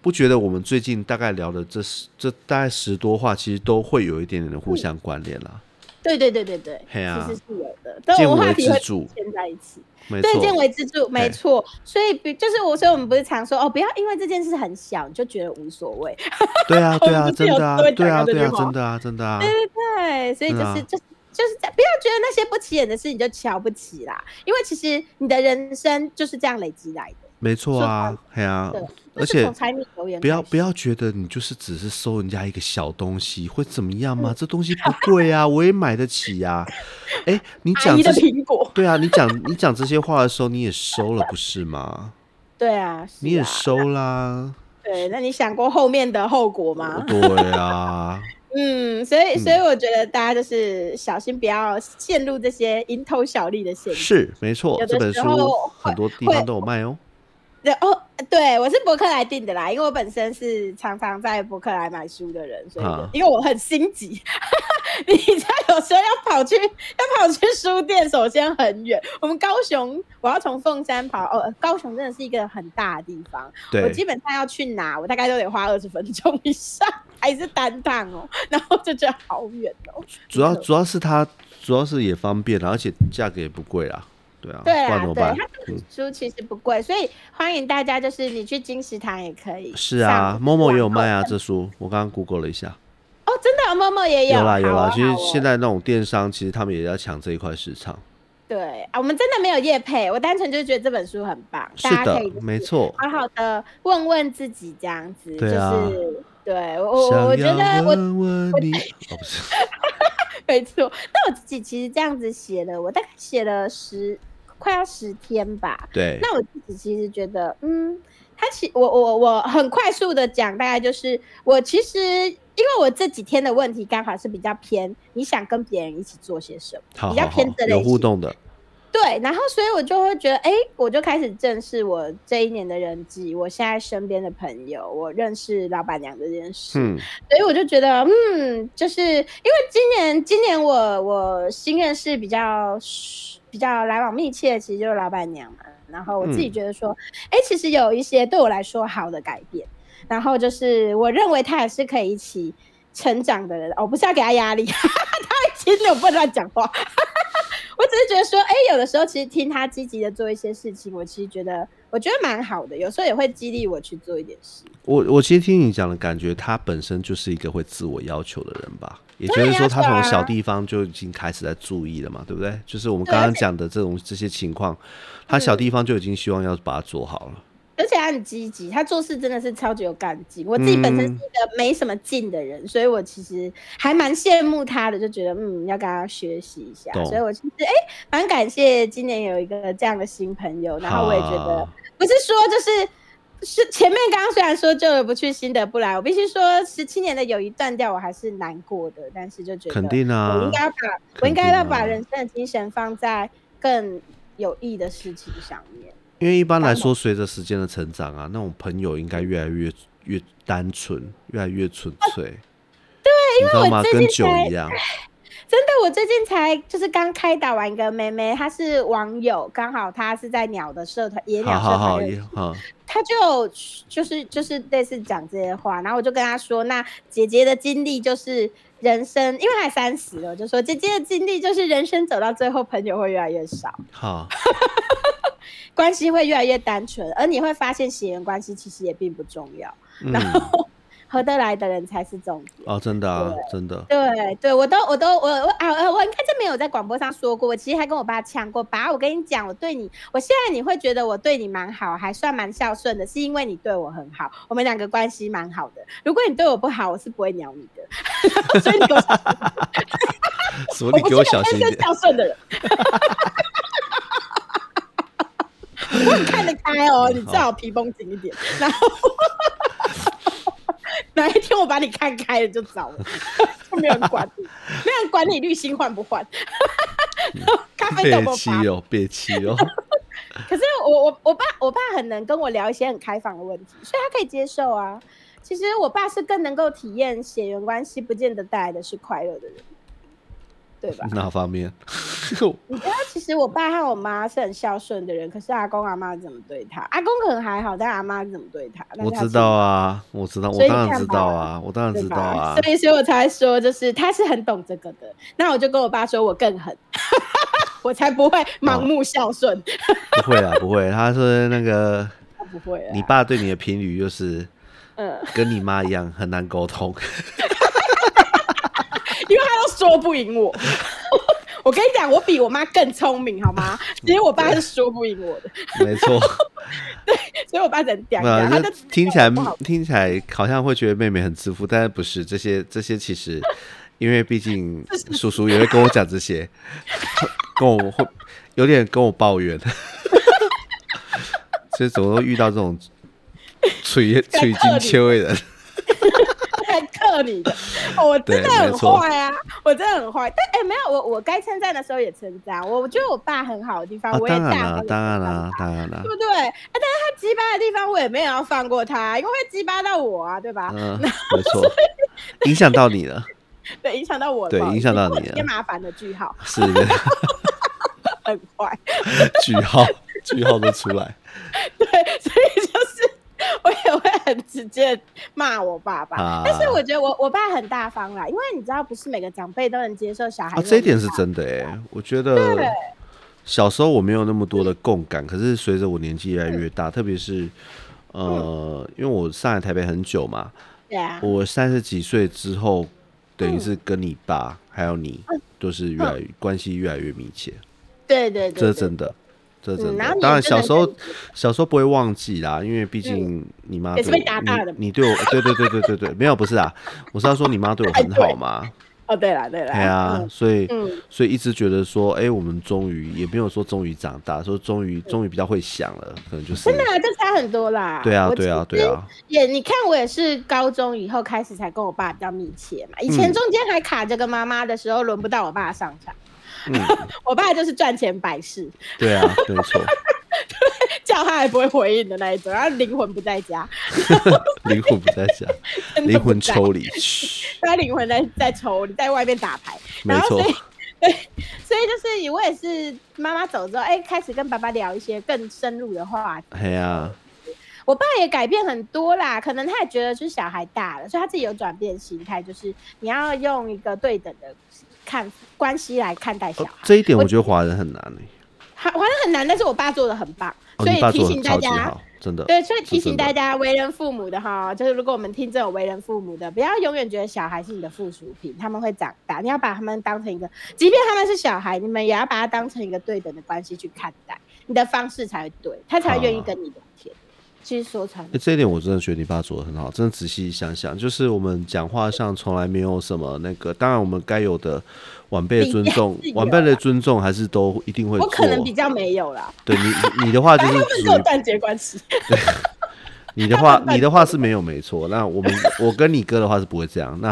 Speaker 1: 不觉得我们最近大概聊的这十这大概
Speaker 2: 嗯
Speaker 1: 十多话，其实都会有一点点的互相关联啦。
Speaker 2: 对对对对对，
Speaker 1: 嘿啊
Speaker 2: 其实是有的。了，但
Speaker 1: 见
Speaker 2: 我们话
Speaker 1: 微
Speaker 2: 题
Speaker 1: 知
Speaker 2: 会
Speaker 1: 著，
Speaker 2: 牵在一起。
Speaker 1: 没
Speaker 2: 对，见
Speaker 1: 错，
Speaker 2: 微知著，没
Speaker 1: 对
Speaker 2: 错。所以比就是我，所以我们不是常说哦，不要因为这件事很小你就觉得无所谓。
Speaker 1: 对
Speaker 2: *laughs*
Speaker 1: 啊，
Speaker 2: 我
Speaker 1: 对啊，
Speaker 2: 们之
Speaker 1: 真
Speaker 2: 前有
Speaker 1: 的啊
Speaker 2: 稍微，
Speaker 1: 对
Speaker 2: 讲
Speaker 1: 啊，
Speaker 2: 到这
Speaker 1: 对啊，
Speaker 2: 句话
Speaker 1: 真的啊，真的啊，
Speaker 2: 对，哎所以就是是
Speaker 1: 啊
Speaker 2: 就是就是在不要觉得那些不起眼的事你就瞧不起啦，因为其实你的人生就是这样累积来的。
Speaker 1: 没错啊，嘿啊
Speaker 2: 对，
Speaker 1: 而
Speaker 2: 就是
Speaker 1: 且
Speaker 2: 从柴米油盐
Speaker 1: 不要
Speaker 2: 开始
Speaker 1: 不要觉得你就是只是收人家一个小东西会怎么样
Speaker 2: 嗯
Speaker 1: 嘛？这东西不贵啊，我也买得起
Speaker 2: *laughs*
Speaker 1: 呀、啊。哎，你
Speaker 2: 阿
Speaker 1: 讲
Speaker 2: 姨的
Speaker 1: 这些，
Speaker 2: 苹果，
Speaker 1: 对啊，你讲 *laughs* 你讲这些话的时候，你也收了不是吗？
Speaker 2: 对啊，是
Speaker 1: 你也
Speaker 2: 啊
Speaker 1: 收啦，
Speaker 2: 对。那你想过后面的后果吗？
Speaker 1: 对
Speaker 2: *laughs*
Speaker 1: 啊，
Speaker 2: 嗯，所以
Speaker 1: 嗯
Speaker 2: 所以我觉得大家就是小心，不要陷入这些蝇头小利的陷阱。
Speaker 1: 是没错
Speaker 2: 有，的
Speaker 1: 这本
Speaker 2: 时
Speaker 1: 书
Speaker 2: 候
Speaker 1: 很多地
Speaker 2: 会
Speaker 1: 方都有卖哦。
Speaker 2: 对哦，对我是博客来订的啦，因为我本身是常常在博客来买书的人，所以、
Speaker 1: 啊
Speaker 2: 因为我很心急， *laughs* 你知道有时候要跑去要跑去书店，首先很远，我们高雄我要从凤山跑，哦，高雄真的是一个很大的地方，我
Speaker 1: 对，
Speaker 2: 基本上要去哪，我大概都得花二十分钟以上， *laughs* 还是单趟哦， *laughs* 然后就觉得好远哦。
Speaker 1: 主要
Speaker 2: 可
Speaker 1: 主要是它主要是也方便啊啦，而且价格也不贵啦。对啊，不
Speaker 2: 对
Speaker 1: 然
Speaker 2: 啦，
Speaker 1: 怎么
Speaker 2: 对，
Speaker 1: 办
Speaker 2: 它？这
Speaker 1: 嗯
Speaker 2: 本书其实不贵，所以欢迎大家就是你去金石堂也可以。
Speaker 1: 是啊
Speaker 2: 上
Speaker 1: 某某也有
Speaker 2: 网购
Speaker 1: 卖啊，这书我刚刚 Google 了一下。
Speaker 2: 哦，真的、哦，默默也有
Speaker 1: 有啦有
Speaker 2: 好
Speaker 1: 啦
Speaker 2: 哦，
Speaker 1: 其实
Speaker 2: 好哦
Speaker 1: 现在那种电商，其实他们也在抢这一块市场。
Speaker 2: 对啊，我们真的没有业配，我单纯就觉得这本书很棒，
Speaker 1: 是
Speaker 2: 大
Speaker 1: 的
Speaker 2: 家可以啊就，是
Speaker 1: 没错。
Speaker 2: 好好的问问自己这样子，
Speaker 1: 对啊
Speaker 2: 就是对我我我
Speaker 1: 想
Speaker 2: 觉
Speaker 1: 要
Speaker 2: 得我
Speaker 1: 问问你，哦不是，
Speaker 2: *laughs* 没错，那我自己其实这样子写了，我大概写了十快要十天吧。
Speaker 1: 对，
Speaker 2: 那我自己其实觉得，嗯，他其我我我很快速的讲，大概就是我其实因为我这几天的问题刚好是比较偏你想跟别人一起做些什么，
Speaker 1: 好
Speaker 2: 比较
Speaker 1: 好好
Speaker 2: 偏这，类
Speaker 1: 有互
Speaker 2: 型
Speaker 1: 动的，
Speaker 2: 对，然后所以我就会觉得，哎、我就开始正视我这一年的人际，我现在身边的朋友，我认识老板娘这件事，
Speaker 1: 嗯，
Speaker 2: 所以我就觉得，嗯，就是因为今年，今年我我新认识比较比较来往密切，其实就是老板娘嘛。然后我自己
Speaker 1: 嗯
Speaker 2: 觉得说，哎、其实有一些对我来说好的改变，然后就是我认为他也是可以一起成长的人。哦，不是要给他压力， *laughs* 他其实我不能乱讲话。 *laughs* 我只是觉得说，哎、有的时候其实听他积极的做一些事情，我其实觉得我觉得蛮好的，有时候也会激励我去做一点事。
Speaker 1: 我我其实听你讲的感觉，他本身就是一个会自我要求的人吧，也就
Speaker 2: 对
Speaker 1: 是
Speaker 2: 呀
Speaker 1: 说他
Speaker 2: 对啊
Speaker 1: 从小地方就已经开始在注意了嘛，对不对？就是我们
Speaker 2: 对嗯
Speaker 1: 刚
Speaker 2: 而
Speaker 1: 刚
Speaker 2: 且
Speaker 1: 讲的这种这些情况，他小地方就已经希望要把它做好了。
Speaker 2: 而且他很积极，他做事真的是超级有干劲。我自己本身
Speaker 1: 嗯
Speaker 2: 是一个没什么劲的人，所以我其实还蛮羡慕他的，就觉得嗯，要跟他学习一下。
Speaker 1: 懂
Speaker 2: 所以我其实哎，蛮、感谢今年有一个这样的新朋友，然后我也觉得
Speaker 1: 好啊
Speaker 2: 不是说就是。是前面刚刚虽然说旧的不去，新的不来，我必须说十七年的友谊断掉，我还是难过的。但是就觉得
Speaker 1: 肯定啊
Speaker 2: 我应该要
Speaker 1: 肯
Speaker 2: 把、
Speaker 1: 定啊
Speaker 2: 我应该要把人生的精神放在更有益的事情上面。
Speaker 1: 因为一般来
Speaker 2: 当然
Speaker 1: 说，随着时间的成长啊，那种朋友应该越来越越单纯，越来越纯粹。
Speaker 2: 哦
Speaker 1: 对，你知道
Speaker 2: 我
Speaker 1: 吗？
Speaker 2: 最
Speaker 1: 跟
Speaker 2: 近
Speaker 1: 酒
Speaker 2: 才
Speaker 1: 一样，
Speaker 2: 真的，我最近才就是刚开导完一个妹妹，她是网友，刚好她是在鸟的社团，野鸟
Speaker 1: 好好
Speaker 2: 社团
Speaker 1: 好，
Speaker 2: 认
Speaker 1: 也
Speaker 2: 识，
Speaker 1: 好，
Speaker 2: 她就就是就是类似讲这些话，然后我就跟她说，那姐姐的经历就是人生，因为她三十了，我就说姐姐的经历就是人生走到最后，朋友会越来越少， *laughs*
Speaker 1: 好，
Speaker 2: 关系会越来越单纯，而你会发现血缘关系其实也并不重要，
Speaker 1: 嗯，
Speaker 2: 合得来的人才是重点。
Speaker 1: 哦，真的啊，真的，
Speaker 2: 对对，我都我都我我啊呃，我应该这没有在广播上说过，我其实还跟我爸呛过，爸，我跟你讲，我对你，我现在你会觉得我对你蛮好，还算蛮孝顺的，是因为你对我很好，我们两个关系蛮好的。如果你对我不好，我是不会鸟你的。 *laughs* 所以你给我小心，
Speaker 1: 什么？
Speaker 2: 我
Speaker 1: 你给
Speaker 2: 不是
Speaker 1: 我
Speaker 2: 个
Speaker 1: 小心
Speaker 2: 天
Speaker 1: 一点
Speaker 2: 生。孝顺的
Speaker 1: *laughs*
Speaker 2: 人。我看得开哦，你最好皮绷紧一点。然后哪一天我把你看开了就糟了，就没有人管你，没有人管你滤芯换不换，
Speaker 1: *laughs*
Speaker 2: 咖啡豆
Speaker 1: 别
Speaker 2: 不
Speaker 1: 嗯气
Speaker 2: 发。
Speaker 1: 哦，
Speaker 2: *laughs*
Speaker 1: 别气哦，
Speaker 2: 可是我我我爸我爸很能跟我聊一些很开放的问题，所以他可以接受啊。其实我爸是更能够体验血缘关系不见得带来的是快乐的人，对吧？
Speaker 1: 哪方面？ *laughs*
Speaker 2: 你知道，啊其实我爸和我妈是很孝顺的人，可是阿公阿妈怎么对他？阿公可能还好，但阿妈怎么对他？但
Speaker 1: 我
Speaker 2: 是他
Speaker 1: 知
Speaker 2: 是
Speaker 1: 道啊，我知道，
Speaker 2: 所
Speaker 1: 我
Speaker 2: 以你
Speaker 1: 当然
Speaker 2: 看
Speaker 1: 知
Speaker 2: 吧
Speaker 1: 道啊，我当然
Speaker 2: 对
Speaker 1: 知道
Speaker 2: 吧
Speaker 1: 啊。
Speaker 2: 所以，所以我才说，就是他是很懂这个的。那我就跟我爸说，我更狠， *laughs* 我才不会
Speaker 1: 哦
Speaker 2: 盲目孝顺，
Speaker 1: 不会啦，不会。他说那
Speaker 2: *laughs*
Speaker 1: 个
Speaker 2: 我不会啊。
Speaker 1: 你爸对你的评语就是
Speaker 2: 嗯，
Speaker 1: 跟你妈一样很难沟通， *laughs*
Speaker 2: 因为他都说不赢我。 *laughs* 我跟你讲，我比我妈更聪明，好吗？其实我爸是说不赢我的，
Speaker 1: 没错。
Speaker 2: 所以我爸只能嗲
Speaker 1: 没有，
Speaker 2: 他就
Speaker 1: 这听起来
Speaker 2: 不好
Speaker 1: 听起来好像会觉得妹妹很自负，但是不是这些这些其实，因为毕
Speaker 2: *laughs*
Speaker 1: 竟叔叔也会跟我讲这些，跟我会有点跟我抱
Speaker 2: *laughs*
Speaker 1: 怨，所以总会遇到这种嘴嘴金秋的
Speaker 2: 啊
Speaker 1: 人。
Speaker 2: *laughs* 在克你的，哦我真的
Speaker 1: 对
Speaker 2: 很
Speaker 1: 没错
Speaker 2: 坏啊，我真的很坏。但哎、没有，我我该称赞的时候也称赞，我我觉得我爸很好的地方，
Speaker 1: 啊，
Speaker 2: 我也
Speaker 1: 当然
Speaker 2: 大
Speaker 1: 啦
Speaker 2: 方，地
Speaker 1: 当然
Speaker 2: 称赞
Speaker 1: 啦，当然啦
Speaker 2: 对，不对？啊，但是他鸡巴的地方，我也没有要放过他，因为会鸡巴到我啊，对吧？ *laughs*
Speaker 1: 嗯，没错，影响到你了，
Speaker 2: 对，影响到我，
Speaker 1: 对
Speaker 2: 不好意思
Speaker 1: 影响到你啊
Speaker 2: 我
Speaker 1: 了
Speaker 2: 贴麻烦的句号，
Speaker 1: 是的 *laughs*
Speaker 2: 很坏。
Speaker 1: 句号句号都出来
Speaker 2: 对，所以就是 *laughs* 我也会很直接骂我爸爸。
Speaker 1: 啊
Speaker 2: 但是我觉得我我爸很大方啦，因为你知道，不是每个长辈都能接受小孩、
Speaker 1: 啊，这一点是。真的哎、我觉得
Speaker 2: 啊对嗯
Speaker 1: 小时候我没有那么多的共感，可是随着我年纪越来越大，特别是呃，因为我上来台北很久嘛，
Speaker 2: 对嗯啊，
Speaker 1: 我三十几岁之后，等于是
Speaker 2: 嗯
Speaker 1: 跟你爸还有你都是越来越关系越来越密切，
Speaker 2: 对嗯对对
Speaker 1: 这是
Speaker 2: 对
Speaker 1: 真的。这是
Speaker 2: 嗯
Speaker 1: 真
Speaker 2: 然后
Speaker 1: 的，
Speaker 2: 你
Speaker 1: 当然
Speaker 2: 也真
Speaker 1: 小
Speaker 2: 的
Speaker 1: 时候
Speaker 2: 跟嗯
Speaker 1: 小时候不会忘记啦，因为毕竟你妈
Speaker 2: 也
Speaker 1: 对
Speaker 2: 是
Speaker 1: 我
Speaker 2: 被打大的嘛
Speaker 1: 你你对我，对对对对对对，没有不是啊，我是要说你妈对
Speaker 2: *laughs* 哎
Speaker 1: 我很好嘛，
Speaker 2: 哦，对啦对啦，
Speaker 1: 对啊，所以、
Speaker 2: 嗯
Speaker 1: 所以一直觉得说，哎、我们终于也没有说终于长大，说终于终于比较会想了，可能就是
Speaker 2: 嗯真的啊，就差很多啦。
Speaker 1: 嗯对啊
Speaker 2: 我
Speaker 1: 对啊
Speaker 2: 其实
Speaker 1: 对啊，
Speaker 2: 也你看，我也是高中以后开始才跟我爸比较密切嘛。以前
Speaker 1: 嗯
Speaker 2: 中间还卡着跟妈妈的时候，轮不到我爸上场。
Speaker 1: 嗯，
Speaker 2: *laughs* 我爸就是赚钱百事，
Speaker 1: 对啊，没
Speaker 2: *laughs*
Speaker 1: 错，
Speaker 2: 叫他也不会回应的那一种，然后灵魂不在家，
Speaker 1: 灵魂不在家，
Speaker 2: *laughs* 真的
Speaker 1: 灵
Speaker 2: 不
Speaker 1: 魂
Speaker 2: 在
Speaker 1: 抽离，嘘
Speaker 2: 他灵魂在在抽，你在外面打牌，
Speaker 1: 没
Speaker 2: 然后
Speaker 1: 错
Speaker 2: 所以，对，所以就是我也是妈妈走之后，哎、开始跟爸爸聊一些更深入的话题。
Speaker 1: 哎呀，
Speaker 2: 我爸也改变很多啦，可能他也觉得就是小孩大了，所以他自己有转变心态，就是你要用一个对等的看关系来看待小
Speaker 1: 哦
Speaker 2: 孩。
Speaker 1: 这一点我觉得华人很难哎、
Speaker 2: 好，好像很难，但是我爸做的很棒，
Speaker 1: 哦，
Speaker 2: 所
Speaker 1: 你
Speaker 2: 以
Speaker 1: 爸
Speaker 2: 提
Speaker 1: 做
Speaker 2: 醒
Speaker 1: 的
Speaker 2: 大
Speaker 1: 超级
Speaker 2: 家。
Speaker 1: 好，真的，
Speaker 2: 对，所以
Speaker 1: 是
Speaker 2: 提
Speaker 1: 真
Speaker 2: 醒
Speaker 1: 的
Speaker 2: 大家，为人父母的哈，就是如果我们听这种为人父母的，不要永远觉得小孩是你的附属品，他们会长大，你要把他们当成一个，即便他们是小孩，你们也要把他当成一个对等的关系去看待，你的方式才会对，他才会愿意
Speaker 1: 啊
Speaker 2: 跟你聊天。其实说穿了
Speaker 1: 欸，这一点我真的觉得你爸做的很好，真的仔细想想，就是我们讲话上从来没有什么那个，当然我们该有的晚辈的尊重
Speaker 2: 礼仪还是，有
Speaker 1: 晚辈的尊重还是都一定会
Speaker 2: 我
Speaker 1: 做。
Speaker 2: 可能比较没有啦，
Speaker 1: 对你你你的话就
Speaker 2: 但
Speaker 1: 是
Speaker 2: *laughs* 他们
Speaker 1: 属
Speaker 2: 跟我
Speaker 1: 于
Speaker 2: 断绝
Speaker 1: *laughs*
Speaker 2: 关系。
Speaker 1: 你的话
Speaker 2: 他们
Speaker 1: 你的话是没有没错，那我
Speaker 2: *laughs*
Speaker 1: 们我跟你哥的话是不会这样，那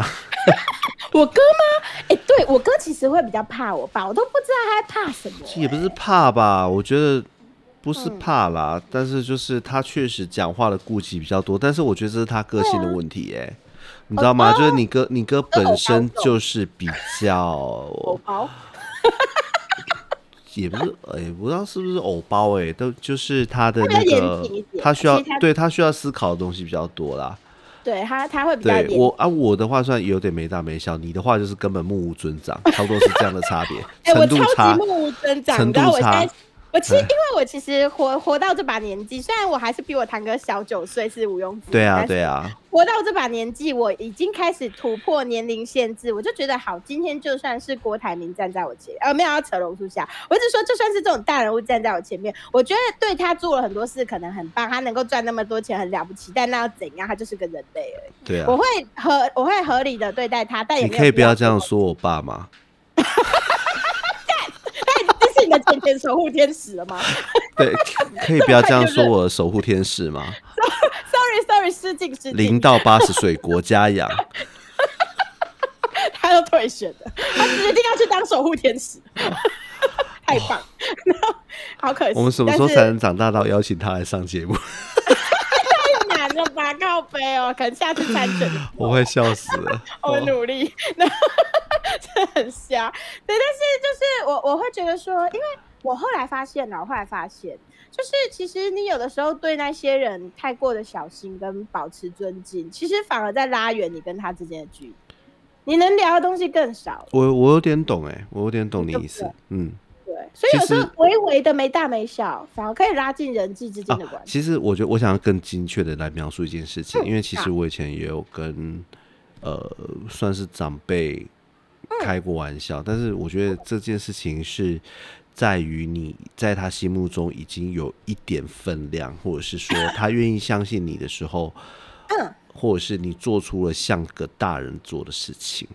Speaker 2: 我哥吗？哎、对我哥其实会比较怕我爸，我都不知道他在怕什么、欸
Speaker 1: 也不是怕吧，我觉得。不是
Speaker 2: 嗯
Speaker 1: 怕啦，但是就是他确实讲话的顾忌比较多，但是我觉得这是他个性的问题哎、你知道吗？就是你哥，你哥
Speaker 2: 啊哦偶包
Speaker 1: 本身
Speaker 2: 重
Speaker 1: 就是比
Speaker 2: *laughs*
Speaker 1: 较
Speaker 2: 我包
Speaker 1: 也不是，哎、不知道是不是偶包、哎，都就是他的
Speaker 2: 他比
Speaker 1: 那
Speaker 2: 较
Speaker 1: 个
Speaker 2: 严谨一点，
Speaker 1: 他需要
Speaker 2: 其实他
Speaker 1: 对他需要思考的东西比较多啦。
Speaker 2: 对他他会比较
Speaker 1: 对
Speaker 2: 严
Speaker 1: 我啊，我的话算有点没大没小，你的话就是根本目无尊长，差不多是这样的差别，
Speaker 2: 哎、我
Speaker 1: 程度
Speaker 2: 超
Speaker 1: 差
Speaker 2: 级。目无增长，
Speaker 1: 程
Speaker 2: 你知道
Speaker 1: 度
Speaker 2: 我现
Speaker 1: 差
Speaker 2: 在，我其实因为我其实活活到这把年纪，虽然我还是比我堂哥小九岁，是毋庸置疑。
Speaker 1: 对啊，
Speaker 2: 但是
Speaker 1: 对啊，
Speaker 2: 活到这把年纪，我已经开始突破年龄限制，我就觉得好，今天就算是郭台铭站在我前，呃，没有要扯龙树下，我一直说就算是这种大人物站在我前面，我觉得对他做了很多事，可能很棒，他能够赚那么多钱很了不起，但那要怎样，他就是个人类而已。
Speaker 1: 对啊
Speaker 2: 我。会合我会合理的对待他，但也
Speaker 1: 你
Speaker 2: 没有
Speaker 1: 可以不要
Speaker 2: 必
Speaker 1: 这样说我爸
Speaker 2: *laughs*
Speaker 1: 吗？
Speaker 2: 这是你的前前守护天使了吗？ *laughs*
Speaker 1: 对，可以不要这样说我的守护天使吗？
Speaker 2: Sorry Sorry，失敬失敬，
Speaker 1: 零到八十岁，国家养。
Speaker 2: 他都退选了，他决定要去当守护天使， *laughs* 太棒！然后 *laughs* 好可惜，
Speaker 1: 我们什么时候
Speaker 2: 但是
Speaker 1: 才能长大到邀请他来上节目？ *laughs*
Speaker 2: 太难了吧？告杯哦，可能下次参 *laughs* 选，
Speaker 1: 我会笑死了。
Speaker 2: *laughs* 我
Speaker 1: 哦
Speaker 2: 努力。然后 *laughs* 真的很瞎，对，但是就是我我会觉得说，因为我后来发现啊了，我后来发现。就是其实你有的时候对那些人太过的小心跟保持尊敬，其实反而在拉远你跟他之间的距离，你能聊的东西更少。
Speaker 1: 我我有点懂哎、我有点懂你
Speaker 2: 对不
Speaker 1: 意思
Speaker 2: 对。
Speaker 1: 嗯，
Speaker 2: 对，所以有时
Speaker 1: 其
Speaker 2: 候
Speaker 1: 实
Speaker 2: 微微的没大没小，反而可以拉近人际之间的关系。
Speaker 1: 啊其实我觉得我想要更精确的来描述一件事情，
Speaker 2: 嗯
Speaker 1: 因为其实
Speaker 2: 好
Speaker 1: 我以前也有跟呃算是长辈
Speaker 2: 嗯
Speaker 1: 开过玩笑，但是我觉得这件事情是在于你在他心目中已经有一点分量，或者是说
Speaker 2: *laughs*
Speaker 1: 他愿意相信你的时候，
Speaker 2: 嗯
Speaker 1: 或者是你做出了像个大人做的事情。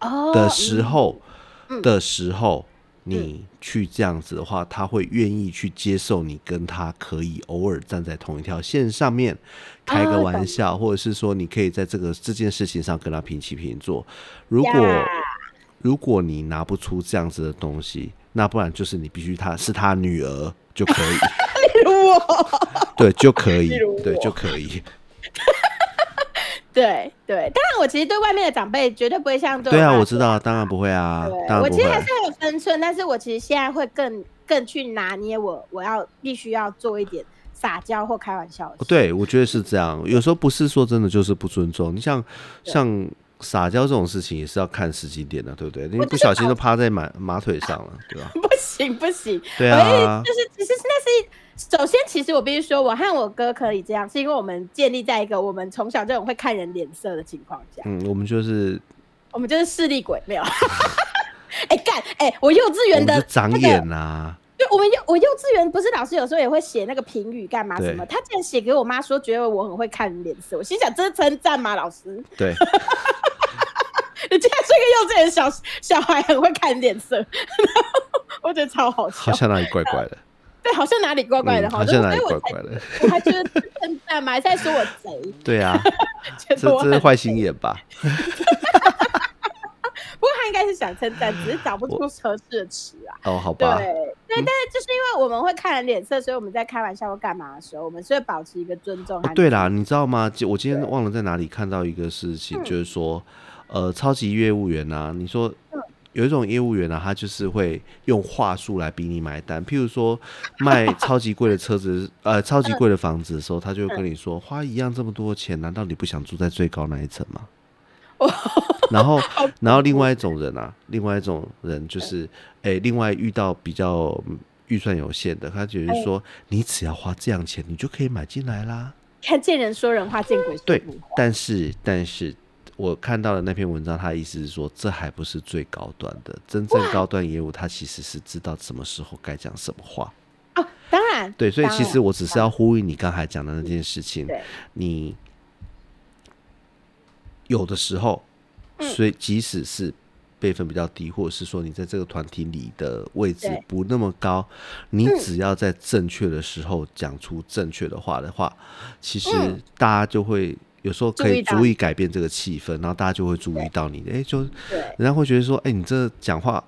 Speaker 2: 哦，
Speaker 1: 的时候、
Speaker 2: 嗯 *laughs*
Speaker 1: 的时候，你去这样子的话，他会愿意去接受你跟他可以偶尔站在同一条线上面开个
Speaker 2: 哦
Speaker 1: 玩
Speaker 2: 懂
Speaker 1: 笑，或者是说你可以在这个这件事情上跟他平起平坐。如果
Speaker 2: 呀
Speaker 1: 如果你拿不出这样子的东西，那不然就是你必须他是他女儿就可以，
Speaker 2: *laughs* 我，
Speaker 1: 对就可以
Speaker 2: 例如，
Speaker 1: 对
Speaker 2: 我
Speaker 1: 就可以，
Speaker 2: 对对，当然我其实对外面的长辈绝对不会像对
Speaker 1: 对啊，
Speaker 2: 爸
Speaker 1: 我知道，当然不会啊，
Speaker 2: 对，
Speaker 1: 当
Speaker 2: 我
Speaker 1: 然不
Speaker 2: 其
Speaker 1: 会
Speaker 2: 实还。是很有分寸，但是我其实现在会更更去拿捏我我要必须要做一点撒娇或开玩笑的事。
Speaker 1: 哦对，我觉得是这样。有时候不是说真的就是不尊重，你像像撒娇这种事情也是要看时机点的，对不对？你
Speaker 2: 我
Speaker 1: 不
Speaker 2: 就是
Speaker 1: 小心都趴在马马腿上了，对吧？
Speaker 2: *laughs* 不行不行，
Speaker 1: 对
Speaker 2: 我
Speaker 1: 啊
Speaker 2: 一，就是其实是那是首先，其实我必须说，我和我哥可以这样，是因为我们建立在一个我们从小这种会看人脸色的情况下，
Speaker 1: 嗯，我们就是
Speaker 2: 我们就是势利鬼，没有。 *laughs* 哎干哎，我幼稚
Speaker 1: 我
Speaker 2: 园
Speaker 1: 们就
Speaker 2: 的
Speaker 1: 长
Speaker 2: 那个
Speaker 1: 眼啊呐、
Speaker 2: 对，我们幼我幼稚园不是老师有时候也会写那个评语干嘛
Speaker 1: 对
Speaker 2: 什么？他竟然写给我妈说，觉得我很会看人脸色。我心想，这是称赞吗？老师， *laughs*
Speaker 1: 对，
Speaker 2: 你竟然说一个幼稚园小小孩很会看人脸色，然后我觉得超好笑
Speaker 1: 好。像哪里怪怪的，
Speaker 2: 对，好像哪里怪怪的
Speaker 1: 嗯
Speaker 2: 哈，
Speaker 1: 好
Speaker 2: 对
Speaker 1: 像哪里
Speaker 2: 所以
Speaker 1: 怪
Speaker 2: 我才
Speaker 1: 怪的，
Speaker 2: 我还觉得是称赞嘛，还在说我贼，
Speaker 1: 对
Speaker 2: *laughs*
Speaker 1: 啊，
Speaker 2: 觉
Speaker 1: 这
Speaker 2: 得我
Speaker 1: 这是
Speaker 2: 很。
Speaker 1: 坏心眼吧？
Speaker 2: 不过他应该是想称赞，只是找不出合适的词啊。
Speaker 1: 哦，好
Speaker 2: 对
Speaker 1: 吧，
Speaker 2: 对，但是就是因为我们会看人脸色，所以我们在开玩笑或干嘛的时候，我们是会保持一个尊重
Speaker 1: 哦
Speaker 2: 和。，
Speaker 1: 对啦，你知道吗？就我今天忘了在哪里看到一个事情，就是说，呃，超级业务员啊，你说有一种业务员啊，他就是会用话术来逼你买单。譬如说，卖超级贵的车子，呃，超级贵的房子的时候，他就会跟你说，花一样这么多钱，难道你不想住在最高那一层吗？然后，然后另外一种人啊，另外一种人就是，哎、另外遇到比较嗯预算有限的，他就是说，你只要花这样钱，你就可以买进来啦。
Speaker 2: 看见人说人话，见鬼说
Speaker 1: 对
Speaker 2: 鬼话。，
Speaker 1: 但是但是我看到的那篇文章，他的意思是说，这还不是最高端的，真正高端业务，他其实是知道什么时候该讲什么话。
Speaker 2: 哦，当然，
Speaker 1: 对，所以
Speaker 2: 当
Speaker 1: 其
Speaker 2: 然
Speaker 1: 实我只是要呼吁你刚才讲的那件事情
Speaker 2: 对，
Speaker 1: 你有的时候，
Speaker 2: 嗯
Speaker 1: 所以即使是辈分比较低，或者是说你在这个团体里的位置
Speaker 2: 对嗯
Speaker 1: 不那么高，你只要在正确的时候讲出正确的话的话，其实
Speaker 2: 嗯
Speaker 1: 大家就会。有时候可
Speaker 2: 注
Speaker 1: 以
Speaker 2: 意到
Speaker 1: 足以改变这个气氛，然后大家就会注意到你。哎、就人
Speaker 2: 对，
Speaker 1: 家会觉得说，哎、你这讲话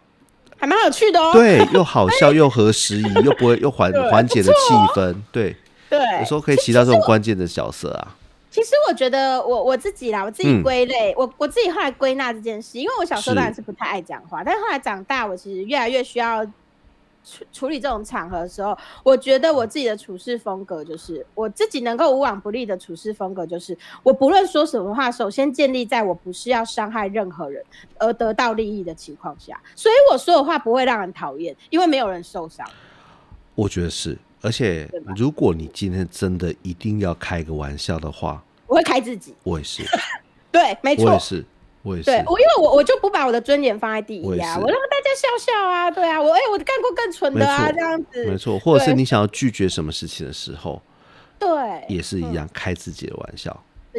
Speaker 2: 还蛮有趣 *laughs* 的哦。
Speaker 1: 对，又好笑又合时宜，又不会又缓
Speaker 2: 对啊
Speaker 1: 缓解了气氛。对，
Speaker 2: 对，
Speaker 1: 有时候可以起到这种关键的角色啊。
Speaker 2: 其实我觉得我我自己啦，我自己
Speaker 1: 嗯
Speaker 2: 归类，我我自己后来归纳这件事，因为我小时候
Speaker 1: 是
Speaker 2: 当然是不太爱讲话，但是后来长大，我其实越来越需要处处理这种场合的时候，我觉得我自己的处事风格就是我自己能够无往不利的处事风格，就是我不论说什么话，首先建立在我不是要伤害任何人而得到利益的情况下，所以我说的话不会让人讨厌，因为没有人受伤。
Speaker 1: 我觉得是，而且
Speaker 2: 对吧
Speaker 1: 如果你今天真的一定要开个玩笑的话，
Speaker 2: 我会开自己，
Speaker 1: 我也是，
Speaker 2: 对，没
Speaker 1: 我
Speaker 2: 错
Speaker 1: 也，是，我也是
Speaker 2: 对，。我因为我我就不把我的尊严放在第
Speaker 1: 我
Speaker 2: 一
Speaker 1: 也
Speaker 2: 啊，
Speaker 1: 是
Speaker 2: 我让大家笑笑啊，对啊，我哎、我干过更蠢的
Speaker 1: 没
Speaker 2: 啊，
Speaker 1: 错
Speaker 2: 这样
Speaker 1: 没
Speaker 2: 子，
Speaker 1: 错，或者是
Speaker 2: 对
Speaker 1: 你想要拒绝什么事情的时候，
Speaker 2: 对。
Speaker 1: 也是一
Speaker 2: 嗯
Speaker 1: 样，开自己的玩笑，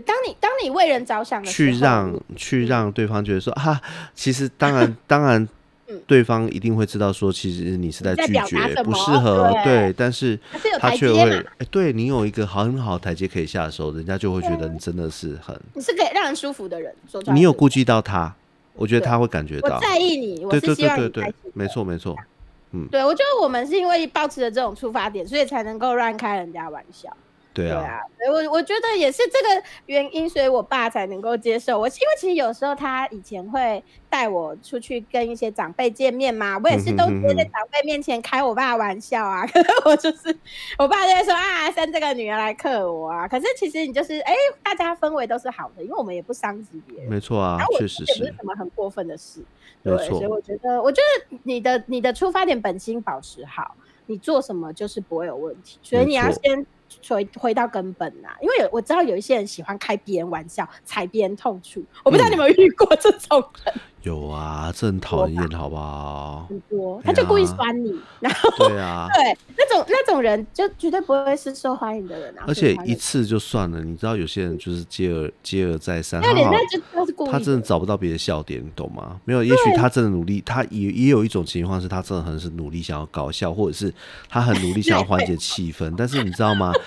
Speaker 2: 当你当你为人着想的时候，
Speaker 1: 去让去让对方觉得说啊，其实当然当然
Speaker 2: 嗯，
Speaker 1: 对方一定会知道说，其实你是在
Speaker 2: 你在
Speaker 1: 拒
Speaker 2: 表达
Speaker 1: 绝，
Speaker 2: 什
Speaker 1: 不
Speaker 2: 么
Speaker 1: 适合，
Speaker 2: 对
Speaker 1: 对，但是
Speaker 2: 还是有
Speaker 1: 他
Speaker 2: 台
Speaker 1: 却
Speaker 2: 阶
Speaker 1: 会
Speaker 2: 嘛，，
Speaker 1: 哎，对你有一个好很好的台阶可以下的时候，人家就会觉得你真的是很
Speaker 2: 你是可以让人舒服的人，说出来
Speaker 1: 你有
Speaker 2: 是
Speaker 1: 顾及到他，我觉得
Speaker 2: 对
Speaker 1: 他会感觉
Speaker 2: 我
Speaker 1: 到。
Speaker 2: 在意你，我
Speaker 1: 对
Speaker 2: 是
Speaker 1: 对
Speaker 2: 希望
Speaker 1: 对对
Speaker 2: 你开
Speaker 1: 对
Speaker 2: 心，的。
Speaker 1: 没错没错，
Speaker 2: 对，我觉得我们是因为抱持着这种出发点，所以才能够乱开人家玩笑。
Speaker 1: 对啊，
Speaker 2: 啊，所以我我觉得也是这个原因，所以我爸才能够接受我。因为其实有时候他以前会带我出去跟一些长辈见面嘛，我也
Speaker 1: 嗯
Speaker 2: 是都直接在长辈面前开我爸的玩笑啊。 *laughs* 可是我就是我爸就会说啊，生这个女儿来克我啊。可是其实你就是哎、大家氛围都是好的，因为我们也不伤及别人。
Speaker 1: 没错啊
Speaker 2: 然后，我
Speaker 1: 确实
Speaker 2: 觉得也不是
Speaker 1: 是，
Speaker 2: 什么很过分的事，
Speaker 1: 没
Speaker 2: 对，所以
Speaker 1: 错，
Speaker 2: 我觉得，我觉得你的你的出发点本心保持好，你做什么就是不会有问题。所以
Speaker 1: 没
Speaker 2: 你要
Speaker 1: 错
Speaker 2: 先回回到根本呐、因为有我知道有一些人喜欢开别人玩笑，踩别人痛处，我
Speaker 1: 嗯
Speaker 2: 不知道你有没有遇过这种人
Speaker 1: 有啊，这很讨人厌，好不
Speaker 2: *laughs*
Speaker 1: 好？
Speaker 2: 很多，
Speaker 1: 哎
Speaker 2: 他就故意
Speaker 1: 呀
Speaker 2: 酸你，然后
Speaker 1: 对啊，
Speaker 2: 对那种那种人就绝对不会是受欢迎的人啊。
Speaker 1: 而且
Speaker 2: 受欢
Speaker 1: 一
Speaker 2: 迎
Speaker 1: 次就算了，你知道有些人就是接而接而再三，
Speaker 2: 那
Speaker 1: 他
Speaker 2: 你
Speaker 1: 好
Speaker 2: 那就他是故意
Speaker 1: 他真的找不到别的笑点，你懂吗？没有，也许他真的努力，他也也有一种情况是他真的很是努力想要搞笑，或者是他很努力想要缓解气氛，但是你知道吗？
Speaker 2: *laughs*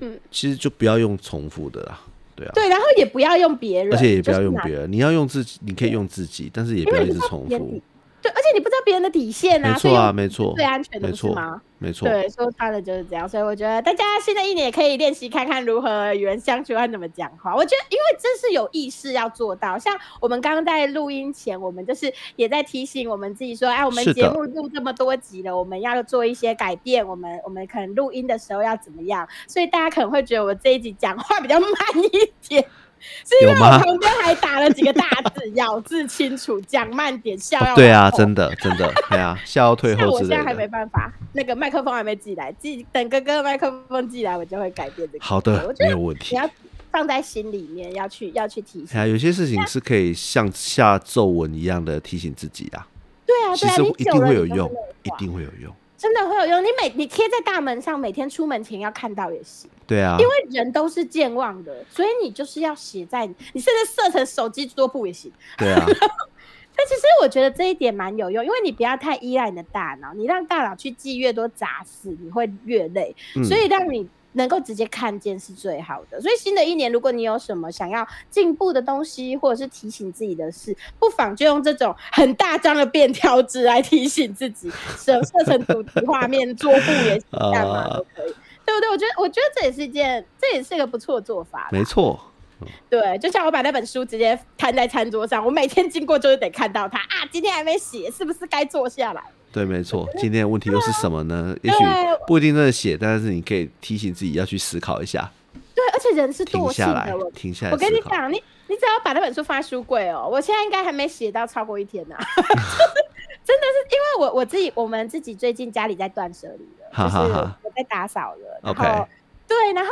Speaker 2: 嗯，
Speaker 1: 其实就不要用重复的啦，对啊，
Speaker 2: 对，然后也不要用别人，
Speaker 1: 而且也不
Speaker 2: 就
Speaker 1: 要
Speaker 2: 是
Speaker 1: 用
Speaker 2: 拿
Speaker 1: 别人，你要用自己，你可以用自己，但是也不要一直重
Speaker 2: 别人
Speaker 1: 复
Speaker 2: 底，对，而且你不知道别人的底线
Speaker 1: 没
Speaker 2: 啊，所
Speaker 1: 错
Speaker 2: 以
Speaker 1: 啊，
Speaker 2: 用
Speaker 1: 没错，
Speaker 2: 最安全的
Speaker 1: 没
Speaker 2: 不是
Speaker 1: 错
Speaker 2: 吗？，
Speaker 1: 没错，
Speaker 2: 对，说穿了就是这样，所以我觉得大家新的一年也可以练习看看如何与人相处和怎么讲话。我觉得，因为这是有意识要做到。像我们刚刚在录音前，我们就是也在提醒我们自己说，哎，我们
Speaker 1: 是的
Speaker 2: 节目录这么多集了，我们要做一些改变。我们我们可能录音的时候要怎么样？所以大家可能会觉得我这一集讲话比较慢一点。是因为
Speaker 1: 有
Speaker 2: 我
Speaker 1: 吗
Speaker 2: 旁边还打了几个大字， *laughs* 咬字清楚，讲慢点，笑要
Speaker 1: 哦
Speaker 2: *laughs*
Speaker 1: 对啊，
Speaker 2: 往后
Speaker 1: 真的真的，对啊，笑到
Speaker 2: *laughs*
Speaker 1: 退
Speaker 2: 像
Speaker 1: 后
Speaker 2: 我
Speaker 1: 之
Speaker 2: 现
Speaker 1: 类
Speaker 2: 在还没
Speaker 1: 的，
Speaker 2: 办法，那个麦克风还没寄来，寄等哥哥的麦克风寄来，我就会改变这个。
Speaker 1: 好
Speaker 2: 我
Speaker 1: 的，
Speaker 2: 觉
Speaker 1: 没
Speaker 2: 得
Speaker 1: 有问
Speaker 2: 你
Speaker 1: 题。
Speaker 2: 要放在心里面，要去要去提
Speaker 1: *laughs*
Speaker 2: 醒
Speaker 1: 哎。呀，有些事情是可以像下皱纹一样的提醒自己啊，
Speaker 2: 对啊，
Speaker 1: 其
Speaker 2: 对啊，
Speaker 1: 实
Speaker 2: 你
Speaker 1: 一
Speaker 2: 久
Speaker 1: 定
Speaker 2: 了
Speaker 1: 会
Speaker 2: 你
Speaker 1: 有
Speaker 2: 就
Speaker 1: 用
Speaker 2: 会内，
Speaker 1: 一
Speaker 2: 化
Speaker 1: 定会有用。
Speaker 2: 真的会有用。你每你贴在大门上，每天出门前要看到也行，
Speaker 1: 对啊，
Speaker 2: 因为人都是健忘的，所以你就是要写在你，你甚至设成手机桌布也行。
Speaker 1: 对
Speaker 2: *laughs*
Speaker 1: 啊，
Speaker 2: 但其实我觉得这一点蛮有用，因为你不要太依赖你的大脑，你让大脑去记越多杂事，你会越累。
Speaker 1: 嗯
Speaker 2: 所以让你能够直接看见是最好的。所以新的一年，如果你有什么想要进步的东西，或者是提醒自己的事，不妨就用这种很大张的便条纸来提醒自己，设设成主题画面、桌布
Speaker 1: *laughs*
Speaker 2: 也行，
Speaker 1: 啊
Speaker 2: 干嘛都可以。对不对？我觉得，我觉得这也是一件，这也是一个不错的做法啦。
Speaker 1: 没错，
Speaker 2: 对，就像我把那本书直接摊在餐桌上，我每天经过就是得看到它啊。今天还没写，是不是该坐下来？
Speaker 1: 对，没错。今天的问题又是什么呢？也许
Speaker 2: 啊对
Speaker 1: 不一定真的写，但是你可以提醒自己要去思考一下，
Speaker 2: 对，而且人是
Speaker 1: 停
Speaker 2: 惰性
Speaker 1: 下来
Speaker 2: 的，我，
Speaker 1: 停下来
Speaker 2: 我跟
Speaker 1: 思
Speaker 2: 你
Speaker 1: 考。
Speaker 2: 讲，你你只要把那本书放在书柜哦，我现在应该还没写到超过一
Speaker 1: *laughs*
Speaker 2: 天呢、真的是因为我我自己我们自己最近家里在断舍离了，
Speaker 1: 哈哈
Speaker 2: 就是
Speaker 1: 哈
Speaker 2: 我在打扫了，然
Speaker 1: OK
Speaker 2: 后对，然后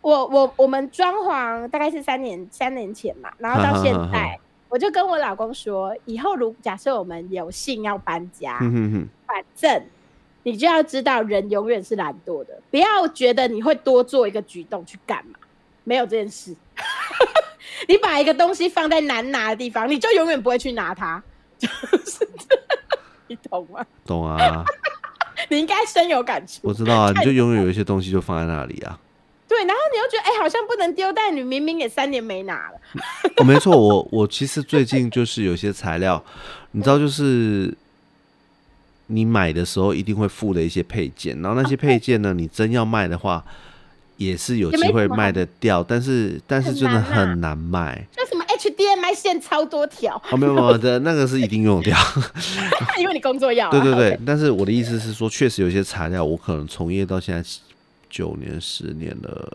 Speaker 2: 我我我们装潢大概是三年三年前嘛，然后到现
Speaker 1: 哈哈哈
Speaker 2: 在。我就跟我老公说，以后如假设我们有幸要搬家，
Speaker 1: 哼哼哼，
Speaker 2: 反正你就要知道，人永远是懒惰的，不要觉得你会多做一个举动去干嘛，没有这件事。 *laughs* 你把一个东西放在难拿的地方，你就永远不会去拿它，就是这样，你懂吗？
Speaker 1: 懂啊，
Speaker 2: 你应该深有感触
Speaker 1: 我。知道啊，你就永远有一些东西就放在那里啊。
Speaker 2: 对，然后你又觉得，哎、好像不能丢，但你明明也三年没拿了。
Speaker 1: 哦，没错，我我其实最近就是有些材料，你知道，就是你买的时候一定会附的一些配件，然后那些配件呢，你真要卖的话，也是有
Speaker 2: 也没
Speaker 1: 机会
Speaker 2: 什么
Speaker 1: 卖
Speaker 2: 好
Speaker 1: 得掉，但是但是
Speaker 2: 很
Speaker 1: 真的
Speaker 2: 难啊
Speaker 1: 很难卖。
Speaker 2: 就什么 HDMI 线超多条， *laughs*
Speaker 1: 哦，没有没有的，那个是一定用得掉。
Speaker 2: 因为你工作要、啊。
Speaker 1: 对对对
Speaker 2: OK，
Speaker 1: 但是我的意思是说，确实有些材料，我可能从业到现在九年、十年了，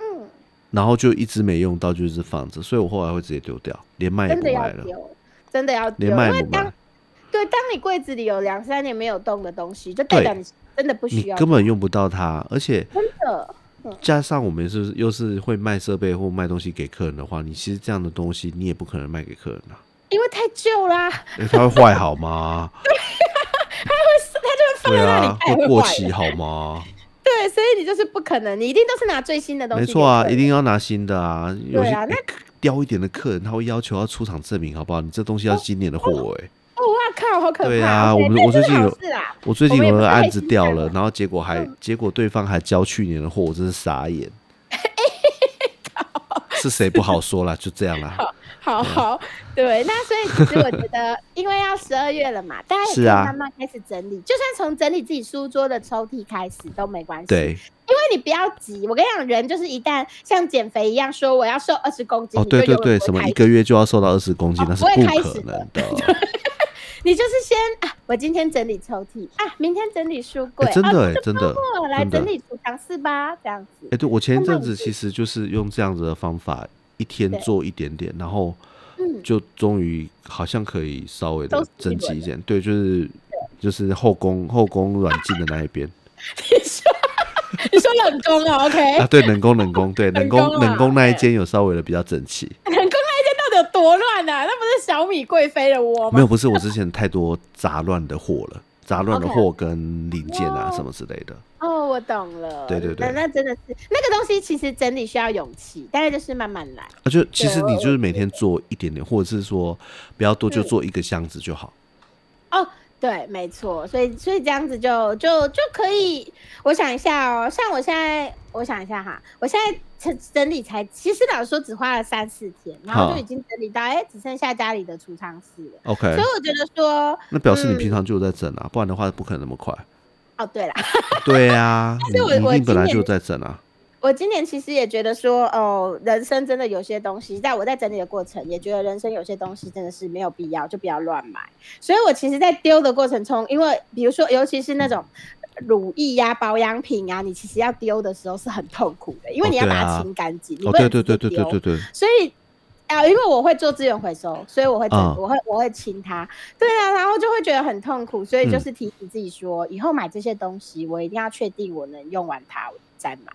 Speaker 2: 嗯，
Speaker 1: 然后就一直没用到，就是放着，所以我后来会直接丢掉，连卖也
Speaker 2: 真
Speaker 1: 不
Speaker 2: 的要
Speaker 1: 卖了，
Speaker 2: 丢，真的要丢，
Speaker 1: 连
Speaker 2: 因
Speaker 1: 卖
Speaker 2: 为
Speaker 1: 也不
Speaker 2: 当
Speaker 1: 卖，
Speaker 2: 对，当你柜子里有两三年没有动的东西，就代表
Speaker 1: 对
Speaker 2: 你真的不嗯
Speaker 1: 你
Speaker 2: 需要它，
Speaker 1: 根本用不到它，而且
Speaker 2: 真的
Speaker 1: 加上我们是又是会卖设备或卖东西给客人的话，你其实这样的东西你也不可能卖给客人啊，
Speaker 2: 因为太旧啦、
Speaker 1: 因为它会坏好
Speaker 2: *laughs*
Speaker 1: 吗？
Speaker 2: 它就会放
Speaker 1: 对
Speaker 2: 在那里，
Speaker 1: 啊，
Speaker 2: 它也
Speaker 1: 会过
Speaker 2: 坏
Speaker 1: 期好吗？
Speaker 2: 对，所以你就是不可能，你一定都是拿最新的东西。
Speaker 1: 没错啊，一。定要拿新的啊。有些
Speaker 2: 对啊那
Speaker 1: 欸刁一点的客人，他会要求要出厂证明，好不好？你这东西要今年的货哎、
Speaker 2: 哦，哇靠，好可怕！
Speaker 1: 对啊
Speaker 2: OK，
Speaker 1: 我们
Speaker 2: 但
Speaker 1: 我最
Speaker 2: 这是
Speaker 1: 近
Speaker 2: 好
Speaker 1: 有
Speaker 2: 事啊，
Speaker 1: 我最近
Speaker 2: 我们也
Speaker 1: 有
Speaker 2: 不
Speaker 1: 个
Speaker 2: 太
Speaker 1: 案子
Speaker 2: 心
Speaker 1: 掉
Speaker 2: 疼
Speaker 1: 了，
Speaker 2: 啊
Speaker 1: 然后结果
Speaker 2: *laughs*
Speaker 1: 还结果对方还交去年的货，我真是傻眼。是谁不好说啦，就这样啦。
Speaker 2: *laughs* 好 *laughs* 好，对，那所以其实我觉得，因为要十二月了嘛，大家也可
Speaker 1: 是
Speaker 2: 以
Speaker 1: 啊
Speaker 2: 慢慢开始整理，就算从整理自己书桌的抽屉开始都没关系。，
Speaker 1: 对，
Speaker 2: 因为你不要急，我跟你讲，人就是一旦像减肥一样说我要瘦二十公斤，
Speaker 1: 哦，
Speaker 2: 你
Speaker 1: 对
Speaker 2: 就
Speaker 1: 对
Speaker 2: 永
Speaker 1: 对，
Speaker 2: 远不会
Speaker 1: 什么
Speaker 2: 开
Speaker 1: 一
Speaker 2: 始
Speaker 1: 个月就要瘦到二十公斤，
Speaker 2: 哦
Speaker 1: 那是
Speaker 2: 不会
Speaker 1: 不
Speaker 2: 开
Speaker 1: 可
Speaker 2: 始
Speaker 1: *laughs*
Speaker 2: 的
Speaker 1: 能的。
Speaker 2: 你就是先啊，我今天整理抽屉啊，明天整理书柜，
Speaker 1: 哎真的
Speaker 2: 啊
Speaker 1: 哎，真的。
Speaker 2: 那我来
Speaker 1: 真的
Speaker 2: 整理储藏室吧，这样子
Speaker 1: 哎、。对我前一
Speaker 2: 慢
Speaker 1: 阵
Speaker 2: 慢
Speaker 1: 子其实就是用这样子的方法，一天
Speaker 2: 对
Speaker 1: 做一点点，然后
Speaker 2: 嗯
Speaker 1: 就终于好像可以稍微
Speaker 2: 收
Speaker 1: 的
Speaker 2: 拾一
Speaker 1: 整齐
Speaker 2: 轮
Speaker 1: 一点。对，就是就是后宫后宫软禁的那一 *laughs* 边
Speaker 2: *laughs* 你说你说冷宫啊？OK，
Speaker 1: 啊，对，冷宫冷宫，对， *laughs* 冷
Speaker 2: 冷
Speaker 1: 宫
Speaker 2: 宫
Speaker 1: 冷
Speaker 2: 啊
Speaker 1: 宫那一
Speaker 2: 对
Speaker 1: 间有稍微的比较整齐。
Speaker 2: 冷宫 *laughs* 那一间到底有多乱啊？那不是小米贵妃的窝吗？
Speaker 1: 没有，不是我之前太多杂乱的货了，杂乱的
Speaker 2: OK
Speaker 1: 货跟零件啊什
Speaker 2: 哦
Speaker 1: 么之类的。
Speaker 2: 哦，我懂了。
Speaker 1: 对对对
Speaker 2: 那那真的是那个东西，其实整理需要勇气，但是就是慢慢来。
Speaker 1: 啊，就其实
Speaker 2: 我
Speaker 1: 你
Speaker 2: 我
Speaker 1: 就是每天做一点点，或者是说不要多，就
Speaker 2: 嗯
Speaker 1: 做一个箱子就好。
Speaker 2: 对，没错，所以所以这样子就就就可以，我想一下哦，像我现在，我想一下哈，我现在整整理才，其实老实说只花了三四天，然后
Speaker 1: 好
Speaker 2: 就已经整理到哎、只剩下家里的储藏室了，
Speaker 1: OK，
Speaker 2: 所以我觉得说，
Speaker 1: 那表示你
Speaker 2: 嗯
Speaker 1: 平常就有在整啊，不然的话不可能那么快。
Speaker 2: 哦对啦，
Speaker 1: 对
Speaker 2: *laughs*
Speaker 1: 啊，
Speaker 2: 是我
Speaker 1: 你你一
Speaker 2: 我
Speaker 1: 定本
Speaker 2: 今
Speaker 1: 来
Speaker 2: 年
Speaker 1: 就在整啊。
Speaker 2: 我今年其实也觉得说，哦，人生真的有些东西，在我在整理的过程，也觉得人生有些东西真的是没有必要，就不要乱买。所以我其实，在丢的过程中，因为比如说，尤其是那种乳液呀、保养品啊，你其实要丢的时候是很痛苦的，因为
Speaker 1: 哦
Speaker 2: 你要
Speaker 1: 对
Speaker 2: 把它
Speaker 1: 啊
Speaker 2: 清干净，你
Speaker 1: 哦，
Speaker 2: 不
Speaker 1: 对
Speaker 2: 能
Speaker 1: 对对对
Speaker 2: 直接
Speaker 1: 对对
Speaker 2: 丢
Speaker 1: 对，
Speaker 2: 所以啊、因为我会做资源回收，所以我会整，
Speaker 1: 嗯
Speaker 2: 我会我会清它。对啊，然后就会觉得很痛苦，所以就
Speaker 1: 嗯
Speaker 2: 是提醒自己说，以后买这些东西，我一定要确定我能用完它，我再买。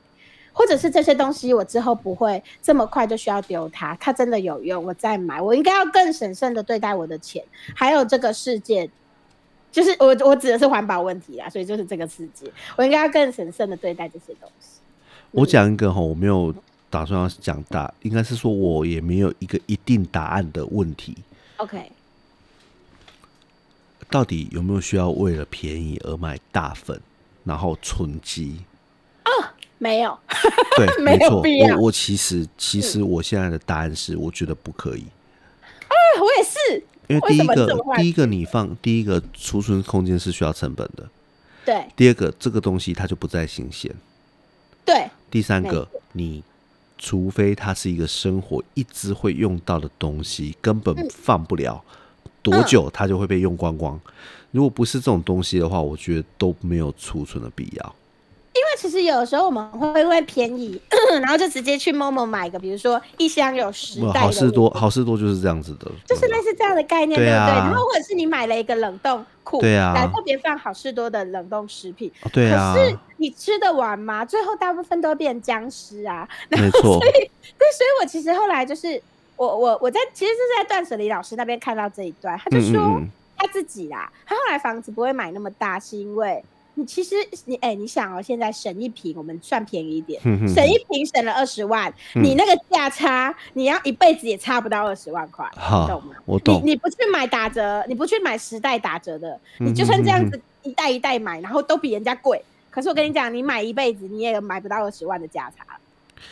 Speaker 2: 或者是这些东西，我之后不会这么快就需要丢它，它真的有用，我再买。我应该要更审慎的对待我的钱，还有这个世界，就是我我指的是环保问题啦，所以就是这个世界，我应该要更审慎的对待这些东西。
Speaker 1: 我
Speaker 2: 嗯
Speaker 1: 讲一个哈，我没有打算要讲答，应该是说我也没有一个一定答案的问题，
Speaker 2: OK，
Speaker 1: 到底有没有需要为了便宜而买大份，然后囤积？
Speaker 2: 没有， *laughs*
Speaker 1: 对，
Speaker 2: 没有
Speaker 1: 错。
Speaker 2: 必
Speaker 1: 我
Speaker 2: 要嗯
Speaker 1: 我其实其实我现在的答案是，我觉得不可以，
Speaker 2: 我也是，
Speaker 1: 因为
Speaker 2: 为
Speaker 1: 第
Speaker 2: 什
Speaker 1: 一
Speaker 2: 么这
Speaker 1: 个
Speaker 2: 么坏
Speaker 1: 第一个你放第一个储存空间是需要成本的，
Speaker 2: 对
Speaker 1: 第二个这个东西它就不再新鲜，
Speaker 2: 对，
Speaker 1: 第三
Speaker 2: 没
Speaker 1: 个你除非它是一个生活一直会用到的东西，根本放不了。多
Speaker 2: 嗯
Speaker 1: 久它就会被用光光？如果不是这种东西的话，我觉得都没有储存的必要。
Speaker 2: 因为其实有时候我们会因为便宜，然后就直接去某某买一个，比如说一箱有十
Speaker 1: 那
Speaker 2: 袋，
Speaker 1: 好事多，，好事多就是这样子的，
Speaker 2: 就是
Speaker 1: 嗯
Speaker 2: 类似这样的概念，
Speaker 1: 对
Speaker 2: 对不对？
Speaker 1: 啊
Speaker 2: 然后或者是你买了一个冷冻库，
Speaker 1: 对啊
Speaker 2: 来特别放好事多的冷冻食品，
Speaker 1: 哦对啊
Speaker 2: 可，是你吃得完吗？最后大部分都变僵尸啊。
Speaker 1: 没错，
Speaker 2: 对， *laughs* 所以我其实后来就是我我我在其实是在断舍离老师那边看到这一段，他就
Speaker 1: 嗯
Speaker 2: 说。
Speaker 1: 嗯嗯，
Speaker 2: 他自己啦，他后来房子不会买那么大，是因为你其实你哎、你想哦，现在省一平，我们算便宜一点，
Speaker 1: 哼哼
Speaker 2: 省一平省了二十万，
Speaker 1: 嗯
Speaker 2: 你那个价差，你要一辈子也差不到二十万块，
Speaker 1: 好
Speaker 2: 你懂吗？
Speaker 1: 我
Speaker 2: 你
Speaker 1: 懂。
Speaker 2: 你不去买打折，你不去买时代打折的，
Speaker 1: 嗯
Speaker 2: 你就算这样
Speaker 1: 哼
Speaker 2: 子一袋一袋买，然后都比人家贵，可是我跟你讲，你买一辈子你也买不到二十万的价差了，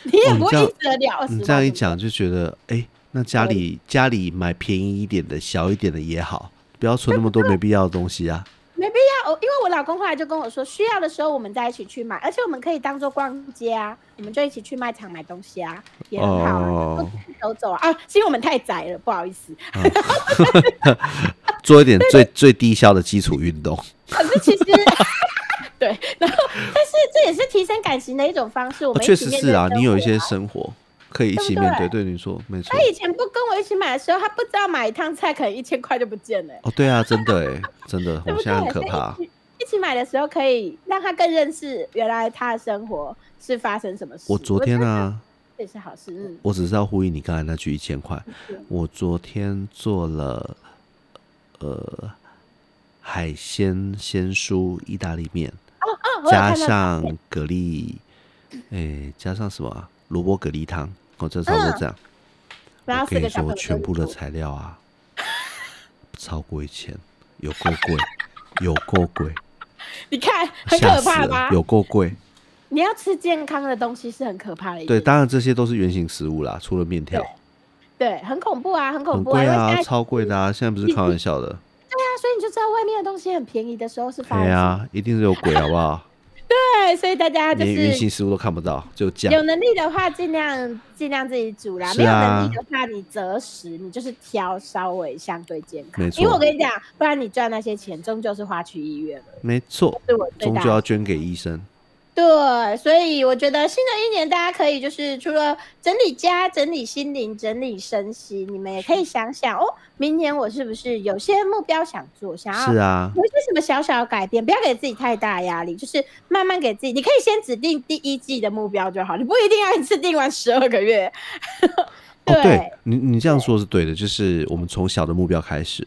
Speaker 2: 你也
Speaker 1: 哦你
Speaker 2: 不
Speaker 1: 这
Speaker 2: 会
Speaker 1: 样
Speaker 2: 一直得了二十万。
Speaker 1: 你这样一讲就觉得，哎、那家里家里买便宜一点的、小一点的也好，不要存那
Speaker 2: *laughs*
Speaker 1: 么多没必要的东西啊。
Speaker 2: 没必要，哦，因为我老公后来就跟我说，需要的时候我们再一起去买，而且我们可以当做逛街啊，我们就一起去卖场买东西啊，也很好啊，
Speaker 1: 哦，
Speaker 2: 走走啊。啊，是因为我们太宅了，不好意思。
Speaker 1: 做一点最最低效的基础运动。
Speaker 2: 可是其实， *laughs* 对，然后但是这也是提升感情的一种方式。我
Speaker 1: 哦
Speaker 2: 们
Speaker 1: 确、
Speaker 2: 一起
Speaker 1: 实
Speaker 2: 面
Speaker 1: 是
Speaker 2: 对
Speaker 1: 啊，
Speaker 2: 生
Speaker 1: 你有一
Speaker 2: 活
Speaker 1: 些
Speaker 2: 啊
Speaker 1: 生活可以一起
Speaker 2: 对不
Speaker 1: 面对。
Speaker 2: 对哎
Speaker 1: 对，你说没错
Speaker 2: 他。以前不跟我一起买的时候，他不知道买一趟菜可能一千块就不见了、
Speaker 1: 哦，对啊，真的哎、真的，
Speaker 2: 对
Speaker 1: 我
Speaker 2: 不
Speaker 1: 现
Speaker 2: 对？
Speaker 1: 在很可
Speaker 2: 所以
Speaker 1: 怕
Speaker 2: 一。起一起买的时候，可以让他更认识原来他的生活是发生什么事。
Speaker 1: 我昨天
Speaker 2: 觉得
Speaker 1: 啊，
Speaker 2: 这也是好事，嗯。
Speaker 1: 我只是要呼应你刚才那句一千块。我昨天做了呃海鲜鲜蔬意大利面，
Speaker 2: 哦，我有
Speaker 1: 加
Speaker 2: 看到
Speaker 1: 上蛤蜊，诶、加上什么啊萝卜蛤蜊汤，哦，这差不多这样。
Speaker 2: 嗯然
Speaker 1: 我
Speaker 2: 后四
Speaker 1: 跟你
Speaker 2: 个小朋
Speaker 1: 说，
Speaker 2: 友
Speaker 1: 全部的
Speaker 2: 都
Speaker 1: 材料啊，超过一千，有 *laughs* 够贵，有够贵，
Speaker 2: 你看很
Speaker 1: 吓
Speaker 2: 可
Speaker 1: 死
Speaker 2: 怕
Speaker 1: 了
Speaker 2: 吧？
Speaker 1: 有够贵。
Speaker 2: 你要吃健康的东西是很可怕的一件
Speaker 1: 对，
Speaker 2: 事，
Speaker 1: 当然这些都是原型食物啦，除了面条，
Speaker 2: 对，很恐怖啊，
Speaker 1: 很
Speaker 2: 很恐怖啊，
Speaker 1: 贵
Speaker 2: 因为现
Speaker 1: 啊，
Speaker 2: 在
Speaker 1: 超贵的啊！现在不是开玩笑
Speaker 2: *laughs*
Speaker 1: 的，
Speaker 2: 对啊，所以你就知道外面的东西很便宜的时候是发生
Speaker 1: 对
Speaker 2: 什么
Speaker 1: 啊，一定是有鬼，好不
Speaker 2: *laughs*
Speaker 1: 好？
Speaker 2: 对，所以大家就
Speaker 1: 连原
Speaker 2: 是
Speaker 1: 型食物都看不到，就这
Speaker 2: 有
Speaker 1: 样。
Speaker 2: 能力的话，尽量尽量自己煮啦；
Speaker 1: 是
Speaker 2: 没有
Speaker 1: 啊
Speaker 2: 能力的话，你择食，你就是挑稍微相对健康
Speaker 1: 没。错
Speaker 2: 因为我跟你讲，不然你赚那些钱，终究是花去医院了，
Speaker 1: 没错，
Speaker 2: 是我最
Speaker 1: 终
Speaker 2: 大
Speaker 1: 究
Speaker 2: 的
Speaker 1: 要捐给医生。
Speaker 2: 对，所以我觉得新的一年大家可以就是除了整理家、整理心灵、整理身心，你们也可以想想哦，明年我是不是有些目标想做，想要
Speaker 1: 是啊，
Speaker 2: 有一些什么小小的改变，不要给自己太大压力，就是慢慢给自己，你可以先指定第一季的目标就好，你不一定要一次定完十二个月。
Speaker 1: *laughs* 哦，
Speaker 2: 对
Speaker 1: 对你你这样说是对的，就是我们从小的目标开始。